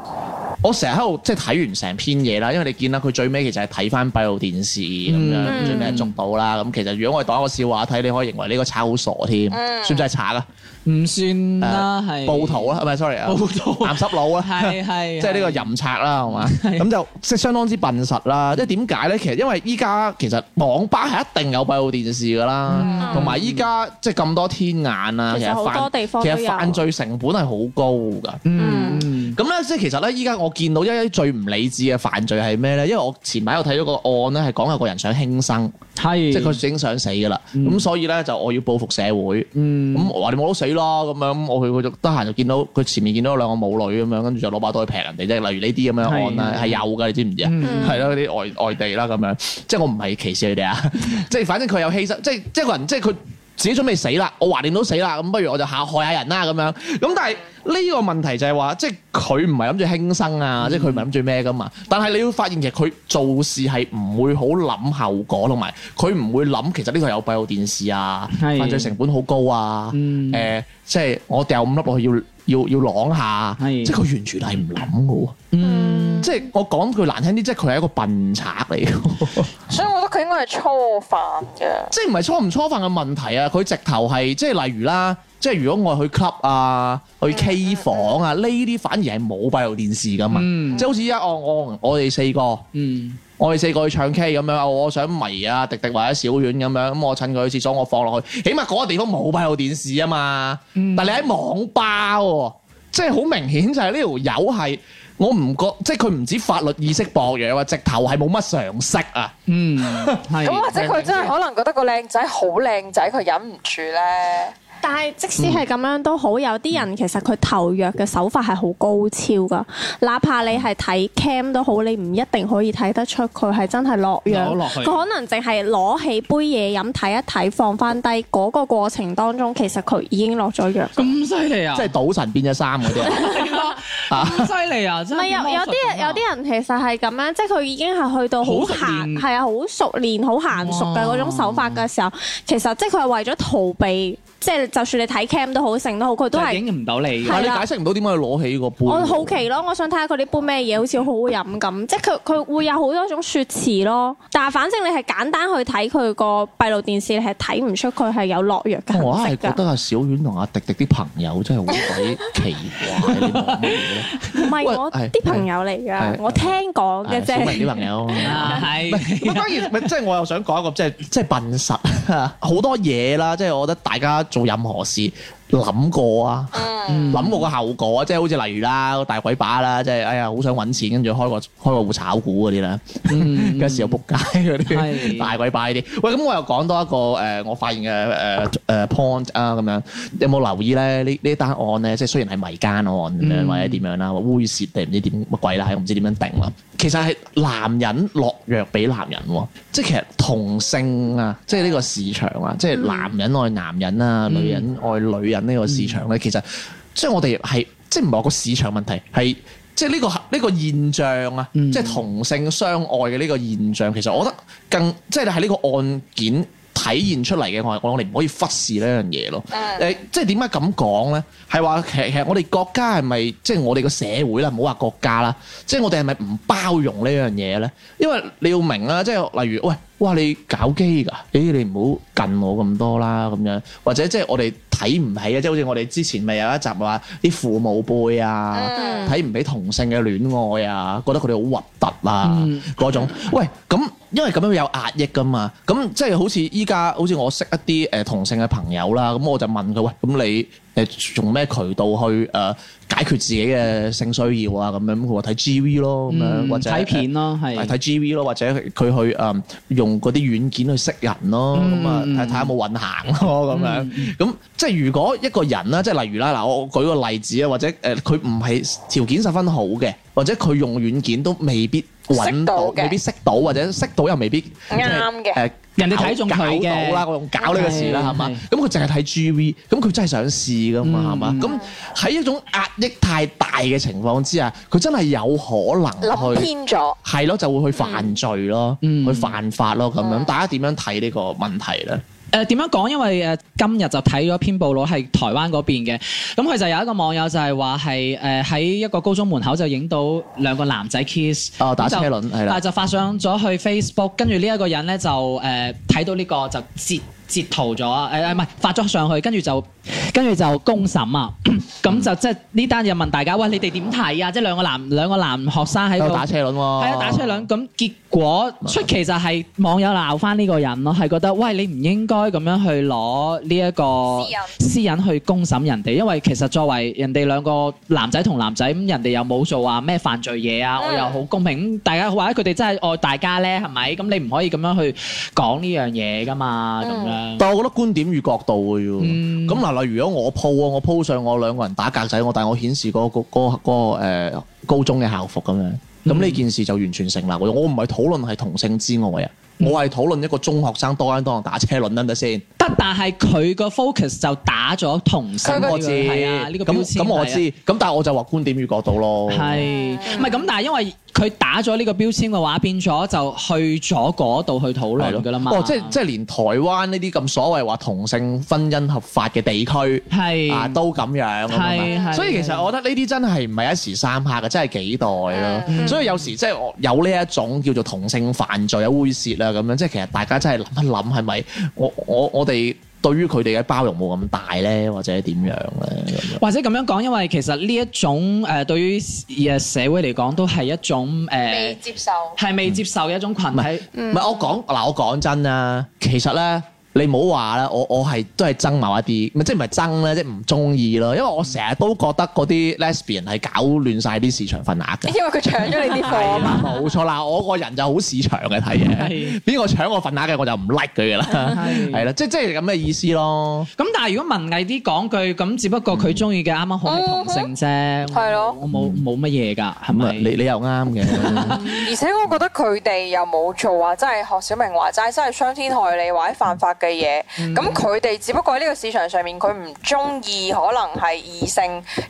Speaker 4: 我成日喺度即係睇完成篇嘢啦，因為你見啦，佢最尾其實係睇翻閉路電視咁
Speaker 2: 嗯
Speaker 4: 樣，最尾係捉到啦。咁其實如果我哋當一個笑話睇，你可以認為呢個賊好傻添，算唔算係賊啊？
Speaker 2: 唔算嗯啦，嗯係
Speaker 4: 暴徒啦，唔係 sorry 啊，
Speaker 2: 暴徒
Speaker 4: 鹹濕佬啊啦，
Speaker 2: 係係
Speaker 4: 即係呢個淫賊啦，係嘛？咁就即係相當之笨實啦。即係點解咧？其實因為依家其實網吧係一定有閉路電視噶啦，同埋依家即係咁多天眼啊，
Speaker 3: 嗯其實好
Speaker 4: 犯
Speaker 3: 多地方
Speaker 4: 其
Speaker 3: 都有
Speaker 4: 實犯罪成本係好高㗎。
Speaker 2: 嗯嗯
Speaker 4: 咁咧，即係其實咧，依家我見到一啲最唔理智嘅犯罪係咩咧？因為我前排有睇咗個案咧，係講有個人想輕生，
Speaker 3: 嗯
Speaker 2: 係
Speaker 4: 即係佢已經想死㗎啦。
Speaker 2: 嗯
Speaker 4: 咁所以咧就我要報復社會。
Speaker 2: 嗯
Speaker 4: 咁我話你冇得死啦，咁樣咁我去佢就得閒就見到佢前面見到有兩個母女咁樣，跟住就攞把刀去劈人哋啫。例如呢啲咁樣案啦，
Speaker 2: 係
Speaker 4: 係有㗎，你知唔知啊？
Speaker 2: 嗯
Speaker 4: 係咯，嗰啲外外地啦咁樣，即係我唔係歧視佢哋 啊，即係反正佢有犧牲，即係即係個人，即係佢自己準備死啦，我懷念到死啦，咁不如我就下害下人啦咁樣。咁但係呢個問題就係話，即係佢唔係諗住輕生啊，
Speaker 2: 嗯
Speaker 4: 即係佢唔係諗住咩噶嘛。但係你會發現其實佢做事係唔會好諗後果，同埋佢唔會諗其實呢個有閉路電視啊，
Speaker 2: 係
Speaker 4: 犯罪成本好高啊，誒、
Speaker 2: 嗯
Speaker 4: 即係我掉五粒落去要要要啷下，
Speaker 2: 係
Speaker 4: 即係佢完全係唔諗嘅喎。
Speaker 2: 嗯
Speaker 4: 即係我講句難聽啲，即係佢係一個笨賊嚟嘅，
Speaker 1: 所以我覺得佢應該係初犯嘅。
Speaker 4: 即係唔係初唔初犯嘅問題啊！佢直頭係即係例如啦，即係如果我去 club
Speaker 2: 嗯
Speaker 4: 啊、去 K 房啊，呢啲反而係冇閉路電視噶嘛，
Speaker 2: 嗯
Speaker 4: 即係好似而家我我我哋四個。
Speaker 2: 嗯
Speaker 4: 我哋四個去唱 K 咁樣，哦我想迷啊迪迪或者小丸咁樣，咁我趁佢去廁所，我放落去，起碼嗰個地方冇閉路電視啊嘛。
Speaker 2: 嗯
Speaker 4: 但你喺網吧喎，即係好明顯就係呢條友係我唔覺，即係佢唔止法律意識薄弱啊，直頭係冇乜常識啊。
Speaker 2: 嗯
Speaker 1: 咁或
Speaker 2: 係
Speaker 1: 者佢真係可能覺得個靚仔好靚仔，佢忍唔住咧。
Speaker 3: 但係即使係咁樣都好，有啲
Speaker 4: 嗯
Speaker 3: 人其實佢投藥嘅手法係好高超噶，哪怕你係睇 cam 都好，你唔一定可以睇得出佢係真係落藥
Speaker 2: 攞。落去
Speaker 3: 佢可能淨係攞起杯嘢飲睇一睇，放翻低嗰個過程當中，其實佢已經落咗藥。
Speaker 2: 咁犀利啊！
Speaker 4: 即係賭神變咗衫嗰啲 啊。
Speaker 2: 咁犀利啊！
Speaker 3: 唔
Speaker 2: 真
Speaker 3: 係有有啲人有啲人其實係咁樣，即係佢已經係去到好
Speaker 2: 好熟
Speaker 3: 閒，
Speaker 2: 練
Speaker 3: 係啊，好熟練、好娴熟嘅嗰種手法嘅時候，其實即係佢係為咗逃避，即係就算你睇 cam 都好，成都好，佢都
Speaker 2: 都
Speaker 3: 係
Speaker 2: 係。影唔到你
Speaker 3: 係
Speaker 4: 但
Speaker 3: 啦
Speaker 4: 係你解釋唔到點解佢攞起個杯。
Speaker 3: 我好奇咯，我想睇下佢啲杯咩嘢，好似好好飲咁，即係佢佢會有好多種説辭咯。但係反正你係簡單去睇佢個閉路電視，你係睇唔出佢係有落藥嘅
Speaker 4: 哦我
Speaker 3: 痕
Speaker 4: 係
Speaker 3: 跡
Speaker 4: 覺
Speaker 3: 㗎。
Speaker 4: 得阿小丸同阿迪迪啲朋友真係好鬼奇怪，你望乜嘢咧？
Speaker 3: 唔係
Speaker 4: 喂
Speaker 3: 我
Speaker 4: 係
Speaker 3: 啲朋友嚟
Speaker 4: 係
Speaker 3: 㗎，我聽講嘅
Speaker 4: 係小明啲
Speaker 3: 啫。
Speaker 4: 朋友。
Speaker 2: 啊，係
Speaker 4: 咁當然，咪即係我又想講一個即係即係笨實 好多嘢啦，即係我覺得大家做任何事諗過啊，
Speaker 3: 嗯
Speaker 4: 諗過個後果啊，即係好似例如啦，個大鬼把啦，即係哎呀好想揾錢，跟住開個開個戶炒股嗰啲啦，
Speaker 2: 嗯
Speaker 4: 跟住又仆街嗰啲
Speaker 2: 係
Speaker 4: 大鬼把呢啲。喂，咁我又講多一個誒、我發現嘅誒誒 point 啊，咁樣有冇留意咧？呢呢單案咧，即係雖然係迷奸案咁樣，
Speaker 2: 嗯
Speaker 4: 或者點樣啦，猥褻定唔知點乜鬼啦，我唔知點樣定啦。其實係男人落藥俾男人喎，即係其實同性啊，即係呢個市場啊，即係男人愛男人啊，
Speaker 2: 嗯
Speaker 4: 女人愛女人呢個市場咧，其實即係我哋係即係唔係話個市場問題係。即係呢、個呢、個現象啊，
Speaker 2: 嗯
Speaker 4: 即係同性相愛嘅呢個現象，其實我覺得更即係喺呢個案件體現出嚟嘅，我我哋唔可以忽視呢樣嘢
Speaker 1: 嗯
Speaker 4: 咯。誒、即係點解咁講咧？係話其實其實我哋國家係咪即係我哋個社會啦，唔好話國家啦，即係我哋係咪唔包容呢樣嘢咧？因為你要明啦，即係例如喂，哇你搞基㗎，咦你唔好近我咁多啦咁樣，或者即係我哋睇唔起啊，即係好似我哋之前咪有一集話啲父母輩啊。
Speaker 1: 嗯
Speaker 4: 睇唔起同性嘅戀愛啊，覺得佢哋好核突啊
Speaker 2: 嗯
Speaker 4: 嗰、種。喂，咁因為咁樣有壓抑噶嘛，咁即係好似依家好似我識一啲誒、呃同性嘅朋友啦，咁我就問佢喂，咁你誒用咩渠道去誒、呃解決自己嘅性需要啊？咁樣佢話睇 GV 咯，咁樣、
Speaker 2: 嗯
Speaker 4: 或者
Speaker 2: 睇片咯，
Speaker 4: 係
Speaker 2: 係
Speaker 4: 睇 GV 咯，或者佢去誒、嗯用嗰啲軟件去識人咯，咁啊
Speaker 2: 嗯
Speaker 4: 睇睇有冇運行咯咁樣。咁、即係如果一個人啦，即係例如啦，嗱我我舉呃個例子啊，或者誒佢唔係條件十分好嘅，或者佢用軟件都未必揾到，
Speaker 1: 識到嘅
Speaker 4: 未必識到，或者識到又未必
Speaker 1: 啱
Speaker 4: 誒
Speaker 1: 嘅
Speaker 2: 嗯人哋睇中佢嘅
Speaker 4: 搞到啦，我用搞呢個詞啦，
Speaker 2: 係
Speaker 4: 係嘛
Speaker 2: 係？
Speaker 4: 咁佢淨係睇 G V，咁佢真係想試噶嘛，係嘛？
Speaker 2: 嗯
Speaker 4: 咁喺一種壓抑太大嘅情況之下，佢真係有可能
Speaker 1: 諗
Speaker 4: 去。
Speaker 1: 偏咗。
Speaker 4: 係咯，就會去犯罪咯，
Speaker 2: 嗯
Speaker 4: 去犯法咯咁樣。大家點樣睇呢個問題咧？
Speaker 2: 誒點樣講？因為誒、呃今日就睇咗篇報道係台灣嗰邊嘅，咁佢就有一個網友就係話係誒喺一個高中門口就影到兩個男仔 kiss，
Speaker 4: 哦打
Speaker 2: 咁就
Speaker 4: 車輪係啦
Speaker 2: 但係就發上咗去 Facebook，跟住呢一個人咧就誒睇、到呢、個就截截圖咗，呃誒唔係發咗上去，跟住就跟住就公審啊，咁就即係呢單嘢問大家，喂你哋點睇啊？即係兩個男兩個男學生喺
Speaker 4: 喺
Speaker 2: 度
Speaker 4: 度打車輪喎，
Speaker 2: 係啊，打出兩咁，結果出奇就係網友鬧翻呢個人咯，係覺得喂你唔應該咁樣去攞呢一個私隱去公審人哋，因為其實作為人哋兩個男仔同男仔咁，人哋又冇做話咩犯罪嘢啊，我又好公平咁，大家或者佢哋真係愛哦大家咧，係咪？咁你唔可以咁樣去講呢樣嘢噶嘛，咁樣。
Speaker 4: 但我覺得觀點與角度嘅喎。
Speaker 2: 嗯
Speaker 4: 咁嗱、例如如果我 po 啊，我 po 上我兩個人打格仔，我但係我顯示嗰、個嗰、個嗰個呃高中嘅校服咁樣，咁呢件事就完全成立。我唔係討論係同性之愛啊，我係討論一個中學生多人多人打車輪得唔得先？
Speaker 2: 得，但係佢個 focus 就打咗同性
Speaker 4: 咁
Speaker 2: 呢個
Speaker 4: 我知，
Speaker 2: 係啊，呢個標
Speaker 4: 咁
Speaker 2: 籤
Speaker 4: 咁我
Speaker 2: 係啊
Speaker 4: 知，咁但係我就話觀點與角度咯。
Speaker 2: 係，
Speaker 1: 嗯
Speaker 2: 唔係咁？但係因為佢打咗呢個標籤嘅話，變咗就去咗嗰度去討
Speaker 4: 係
Speaker 2: 論噶啦嘛。
Speaker 4: 哦，即係即係連台灣呢啲咁所謂話同性婚姻合法嘅地區。
Speaker 2: 係
Speaker 4: 啊，都咁樣咁
Speaker 2: 係
Speaker 4: 樣
Speaker 2: 係
Speaker 4: 所以其實我覺得呢啲真係唔係一時三刻嘅，真係幾代咯。
Speaker 2: 嗯
Speaker 4: 所以有時即係我有呢一種叫做同性犯罪啊、猥褻啊咁樣，即係其實大家真係諗一諗係咪我我我哋對於佢哋嘅包容冇咁大咧，或者點樣咧咁樣？
Speaker 2: 或者咁樣講，因為其實呢一種誒、呃、對於誒社會嚟講，都係一種
Speaker 1: 未
Speaker 2: 誒
Speaker 1: 接受。
Speaker 2: 係未接受嘅一種群體。
Speaker 4: 唔係我講嗱，我講真啦，其實咧。你唔好話啦，我我係都係憎某一啲，咪即係唔係憎咧，即係唔中意咯。因為我成日都覺得嗰啲 lesbian 係搞亂晒啲市場份額
Speaker 2: 哎
Speaker 4: 嘅。
Speaker 1: 因為佢搶咗你啲貨啊嘛，
Speaker 4: 冇錯啦，我個人就好市場嘅睇嘢
Speaker 2: 係，
Speaker 4: 邊個搶我份額嘅我就唔 like 佢噶啦，
Speaker 2: 係
Speaker 4: 係啦，即即係咁嘅意思咯。
Speaker 2: 咁但係如果文藝啲講句，咁只不過
Speaker 4: 嗯
Speaker 2: 佢中意嘅啱啱好係同性啫。
Speaker 1: 嗯係咯
Speaker 2: 我冇冇乜嘢㗎，係
Speaker 4: 咁啊，
Speaker 2: 咪？
Speaker 4: 你你又啱嘅，
Speaker 1: 而且我覺得佢哋又冇做話，真係學小明話齋，真係傷天害理或者犯法嘅嘢。
Speaker 2: 嗯
Speaker 1: 咁佢哋只不過喺呢個市場上面，佢唔中意可能係異性，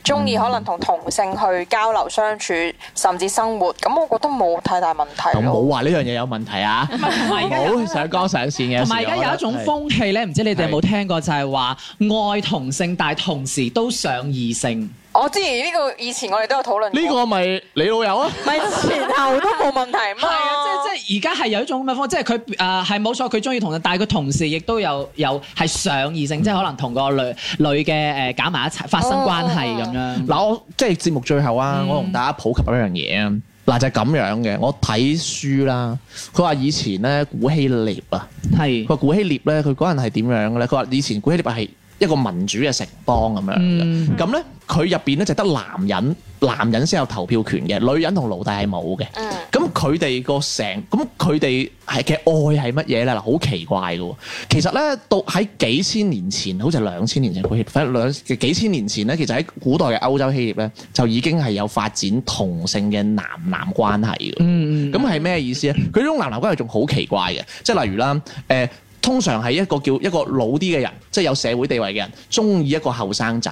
Speaker 1: 中意可能同同性去交流相處，甚至生活。咁我覺得冇太大問題
Speaker 4: 咁
Speaker 1: 咯。
Speaker 4: 冇話呢樣嘢有問題啊，冇上綱上線嘅。
Speaker 2: 同埋而家有一種
Speaker 4: 風，
Speaker 2: 風氣咧，唔知你哋有冇聽過，就係話愛同性，但係同時都想異性。
Speaker 1: 我之前呢個以前我哋都有討論過，
Speaker 4: 呢個咪你老友啊？
Speaker 1: 咪前後都冇問題
Speaker 2: 係
Speaker 1: 嘛。
Speaker 4: 哦
Speaker 2: 啊，即係即係而家係有一種咁嘅方，即係佢誒係冇錯，佢中意同性，但係佢同時亦都有有係上
Speaker 4: 嗯
Speaker 2: 異性，即係可能同個女女嘅誒呃搞埋一
Speaker 4: 哦
Speaker 2: 齊發生關係咁樣。
Speaker 4: 嗱，我即係節目最後啊，我同大家普及一樣嘢啊。嗱就係咁樣嘅，我睇書啦。佢話以前咧古希臘啊，佢
Speaker 2: 係
Speaker 4: 話古希臘咧，佢嗰陣係點樣嘅咧？佢話以前古希臘係一個民主嘅城邦咁樣嘅。
Speaker 2: 嗯
Speaker 4: 咁咧，佢入邊咧就得男人，男人先有投票權嘅，女人同奴隸係冇嘅。
Speaker 1: 嗯
Speaker 4: 咁佢哋個成，咁佢哋係嘅愛係乜嘢咧？嗱，好奇怪嘅喎。其實咧，到喺幾千年前，好似係兩千年前，佢反正兩幾千年前咧，其實喺古代嘅歐洲希臘咧，就已經係有發展同性嘅男男關係嘅。
Speaker 2: 嗯
Speaker 4: 咁係咩意思咧？佢呢種男男關係仲好奇怪嘅，即係例如啦，誒、通常係一個叫一個老啲嘅人，即係有社會地位嘅人，中意一個後生仔。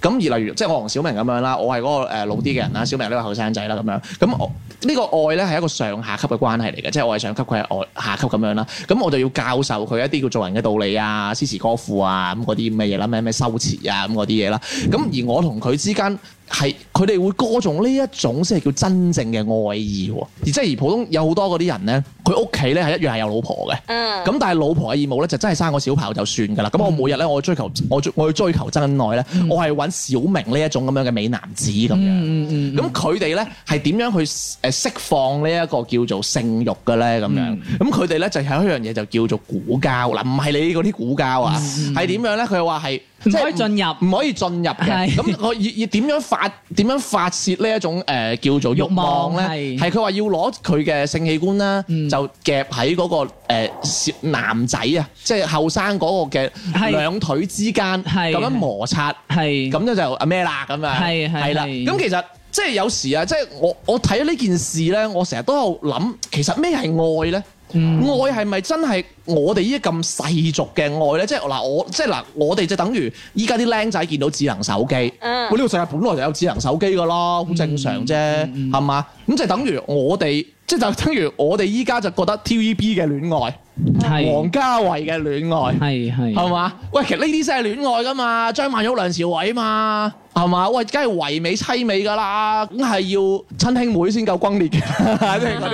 Speaker 4: 咁而例如，即係我同小明咁樣啦，我係嗰個誒老啲嘅人啦，小明呢個後生仔啦咁樣。咁我呢個愛咧係一個上下級嘅關係嚟嘅，即係我係上級，佢係外下級咁樣啦。咁我就要教授佢一啲叫做人嘅道理啊、詩詞歌賦啊咁嗰啲咁嘅嘢啦，咩咩修辭啊咁嗰啲嘢啦。咁而我同佢之間係佢哋會歌頌呢一種先係叫真正嘅愛意喎。而即係而普通有好多嗰啲人咧，佢屋企咧係一樣係有老婆嘅。
Speaker 1: 嗯，
Speaker 4: 咁但係老婆嘅義務咧，就真係生個小朋友就算㗎啦。咁我每日咧，我追求我追我去追求真愛咧，我係揾小明呢一種咁樣嘅美男子咁樣。
Speaker 2: 嗯嗯
Speaker 4: 咁佢哋咧係點樣去誒釋放呢一個叫做性慾嘅咧？咁樣咁佢哋咧就係有一樣嘢就叫做古交嗱，唔係你嗰啲古交啊，係點樣咧？佢話係
Speaker 2: 唔可以進入
Speaker 4: 唔可以進入嘅。
Speaker 2: 係
Speaker 4: 咁我要要點樣發點樣發泄呢一種誒叫做慾望咧？
Speaker 2: 慾望係
Speaker 4: 係佢話要攞佢嘅性器官啦，
Speaker 2: 嗯
Speaker 4: 就夾喺嗰個誒小男仔啊，即係後生嗰個嘅
Speaker 2: 係
Speaker 4: 兩腿之間
Speaker 2: 係
Speaker 4: 咁樣摩擦，
Speaker 2: 係
Speaker 4: 咁咧就啊咩啦咁啊，
Speaker 2: 係係
Speaker 4: 係啦。
Speaker 2: 係
Speaker 4: 咁其實即係有時啊，即係我我睇呢件事咧，我成日都有諗，其實咩係愛咧？
Speaker 2: 嗯
Speaker 4: 愛係咪真係我哋呢啲咁世俗嘅愛咧？即係嗱，我即係嗱，我哋就等於依家啲僆仔見到智能手機，喂呢、
Speaker 1: 嗯
Speaker 4: 個世界本來就有智能手機噶啦，好正常啫，
Speaker 2: 嗯
Speaker 4: 係嘛、咁就等於我哋，即係就等於我哋依家就覺得 TVB 嘅戀愛，
Speaker 2: 係
Speaker 4: 王家衞嘅戀愛。
Speaker 2: 係係
Speaker 4: 係嘛？喂，其實呢啲先係戀愛噶嘛，張曼玉、梁朝偉嘛，係嘛？喂，梗係唯美妻美噶啦，梗係要親兄妹先夠轟烈嘅， 即係嗰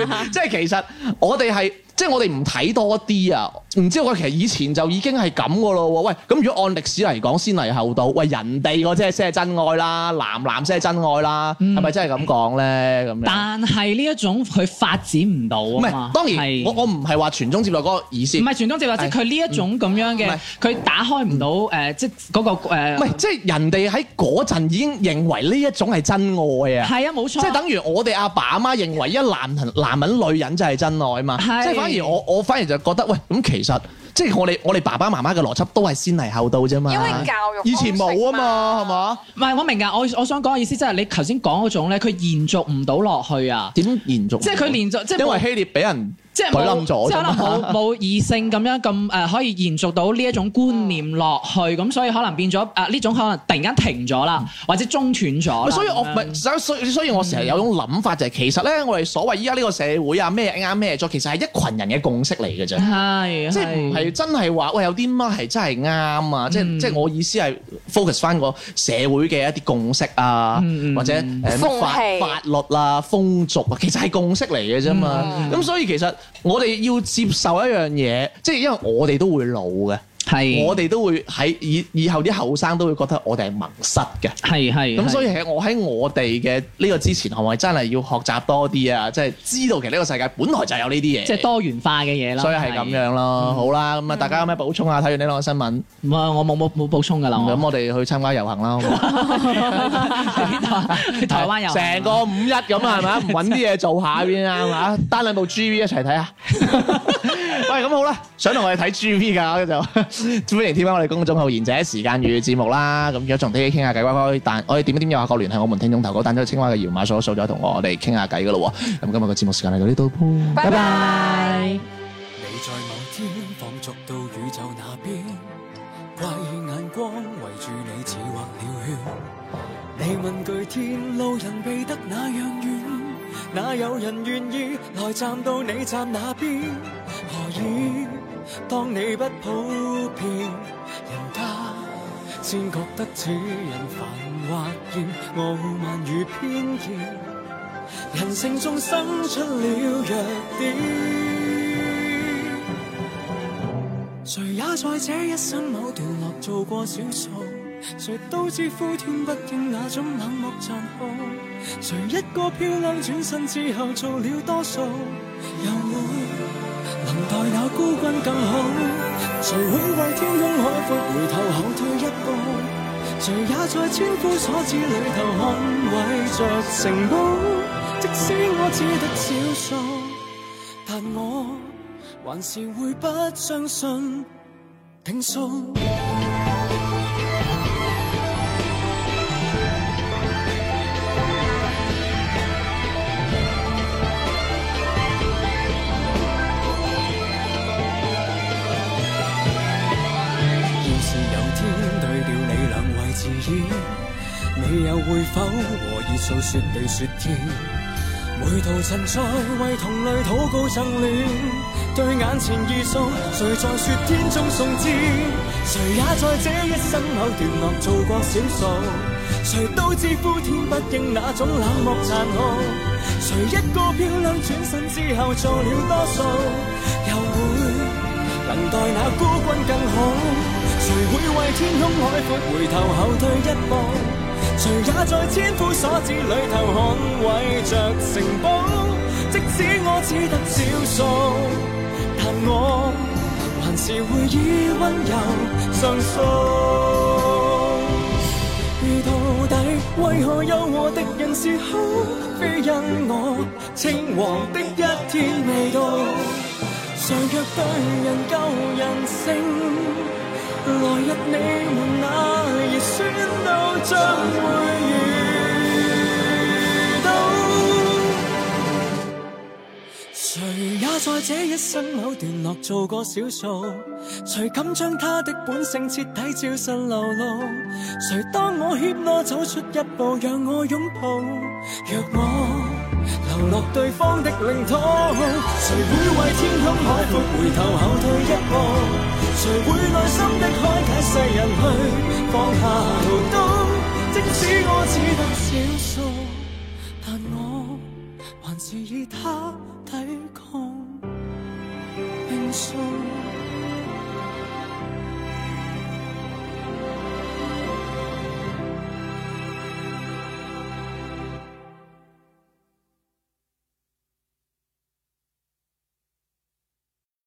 Speaker 4: 啲。即係其實我哋係。即係我哋唔睇多啲啊！唔知我其實以前就已經係咁噶咯喎。喂，咁如果按歷史嚟講，先嚟後到，喂人哋嗰即係先係真愛啦，男男先係真愛啦，係咪、真係咁講咧？咁樣。
Speaker 2: 嗯但係呢一種佢發展唔到
Speaker 4: 唔
Speaker 2: 啊嘛
Speaker 4: 係，，當
Speaker 2: 係
Speaker 4: 然我我唔係話傳宗接代嗰個意思。
Speaker 2: 唔係傳宗接代，即係佢呢一種咁樣
Speaker 4: 嗯唔
Speaker 2: 嘅
Speaker 4: 係，
Speaker 2: 佢打開唔到誒，即係嗰個呃誒
Speaker 4: 唔係，即係人哋喺嗰陣已經認為呢一種係真愛啊！
Speaker 2: 係啊，冇錯，
Speaker 4: 即係等於我哋阿爸阿媽認為一男人男人女人就係真愛嘛，即
Speaker 2: 係
Speaker 4: 係反而我我反而就覺得喂咁其實即係我哋我哋爸爸媽媽嘅邏輯都係先嚟後到啫嘛，
Speaker 1: 因為教育
Speaker 4: 以前冇啊嘛
Speaker 1: 方
Speaker 4: 係
Speaker 1: 式
Speaker 4: 嘛？
Speaker 2: 唔係我明啊㗎，我我想講嘅意思即係你頭先講嗰種咧，佢延續唔到落去啊。
Speaker 4: 點延續？
Speaker 2: 即係佢連續即係冇
Speaker 4: 因為希臘俾人
Speaker 2: 即係
Speaker 4: 佢
Speaker 2: 冇
Speaker 4: 冧咗
Speaker 2: 即係
Speaker 4: 啫
Speaker 2: 可 能冇
Speaker 4: 嘛。
Speaker 2: 冇異性咁樣咁誒、呃可以延續到呢一種觀念落去，咁、所以可能變咗啊呢種可能突然間停咗啦，或者中斷咗啦。
Speaker 4: 嗯所以我
Speaker 2: 咁樣
Speaker 4: 咪所所以所以我
Speaker 2: 嗯
Speaker 4: 成日有種諗法就係其實咧，我哋所謂依家呢個社會啊，咩啱咩錯，其實係一群人嘅共識嚟嘅啫。
Speaker 2: 係
Speaker 4: 即係唔係真係話喂有啲乜係真係啱啊？即係
Speaker 2: 嗯
Speaker 4: 即係我意思係 focus 翻個社會嘅一啲共識啊，
Speaker 2: 嗯嗯
Speaker 4: 或者誒咩
Speaker 1: 風
Speaker 4: 法
Speaker 1: 氣
Speaker 4: 法律啊、風俗啊，其實係共識嚟嘅啫嘛。
Speaker 2: 嗯
Speaker 1: 嗯
Speaker 4: 咁、所以其實我哋要接受一樣嘢，即係因為我哋都會老嘅，
Speaker 2: 係
Speaker 4: 我哋都會喺以以後啲後生都會覺得我哋係蒙失嘅。
Speaker 2: 係係
Speaker 4: 咁所以
Speaker 2: 嗯係
Speaker 4: 喺我喺我哋嘅呢個之前，係咪真係要學習多啲啊？即係知道其實呢個世界本來就有呢啲嘢。
Speaker 2: 即係多元化嘅嘢啦。嗯
Speaker 4: 所以係咁樣咯，好啦，咁啊，大家有咩補充啊？睇完呢兩個新聞，
Speaker 2: 唔係我冇冇冇補充㗎啦。
Speaker 4: 咁
Speaker 2: 我
Speaker 4: 我哋去參加遊行啦，好唔好
Speaker 2: 去 台灣遊
Speaker 4: 成個五一咁啊，係咪 啊？唔揾啲嘢做下邊啱啊？單兩部 G V 一齊睇 啊！喂，咁好啦，想同我哋睇 G V 㗎就 歡迎添加我哋公眾號賢者時間與節目啦。咁如果仲啲傾下偈，可以但可以點一點右下角聯繫我們聽眾投稿，彈咗青蛙嘅搖碼掃一掃咗，同我哋傾下偈㗎咯喎。咁今日嘅節目時間嚟到呢度，
Speaker 1: 拜拜。
Speaker 6: 你在某天放逐到宇宙那邊，怪異眼光圍住你似畫了圈。你問句天，路人避得那樣遠，哪有人願意來站到你站那邊？何以當你不普遍，人家先覺得此人繁或現，傲慢與偏見，人性中生出了弱點。誰也在這一生某段落做過少數，誰都知呼天不應那種冷漠殘酷。誰一個漂亮轉身之後做了多數，又會能待那孤軍更好？誰會為天空海闊回頭後退一步？誰也在千夫所指裏頭捍衛着城堡，即使我只得少數。但我還是會不相信定數。要是有天對調你兩位置意，你又會否和熱訴說地說天？每度曾在為同類禱告贈暖，對眼前異數，誰在雪天中送知？誰也在這一生某段落做過少數，誰都知呼天不應那種冷漠殘酷，誰一個漂亮轉身之後做了多數，又會。能待那孤軍更好。誰會為天空海闊回頭後退一步？誰也在千夫所指裏頭捍衛着城堡。即使我只得少數，但我還是會以温柔上訴。到底為何有我的人是好？非因我稱王的一天未到。誰若對人夠人性，來日你們那兒酸都將會完。在這一生某段落做過少數，誰敢將他的本性徹底照實流露？誰當我怯懦走出一步，讓我擁抱？若我流落對方的領土，誰會為天空海闊回頭後退一步？誰會內心的開解世人去放下屠刀？即使我只得少數，但我。還是以他抵抗命數。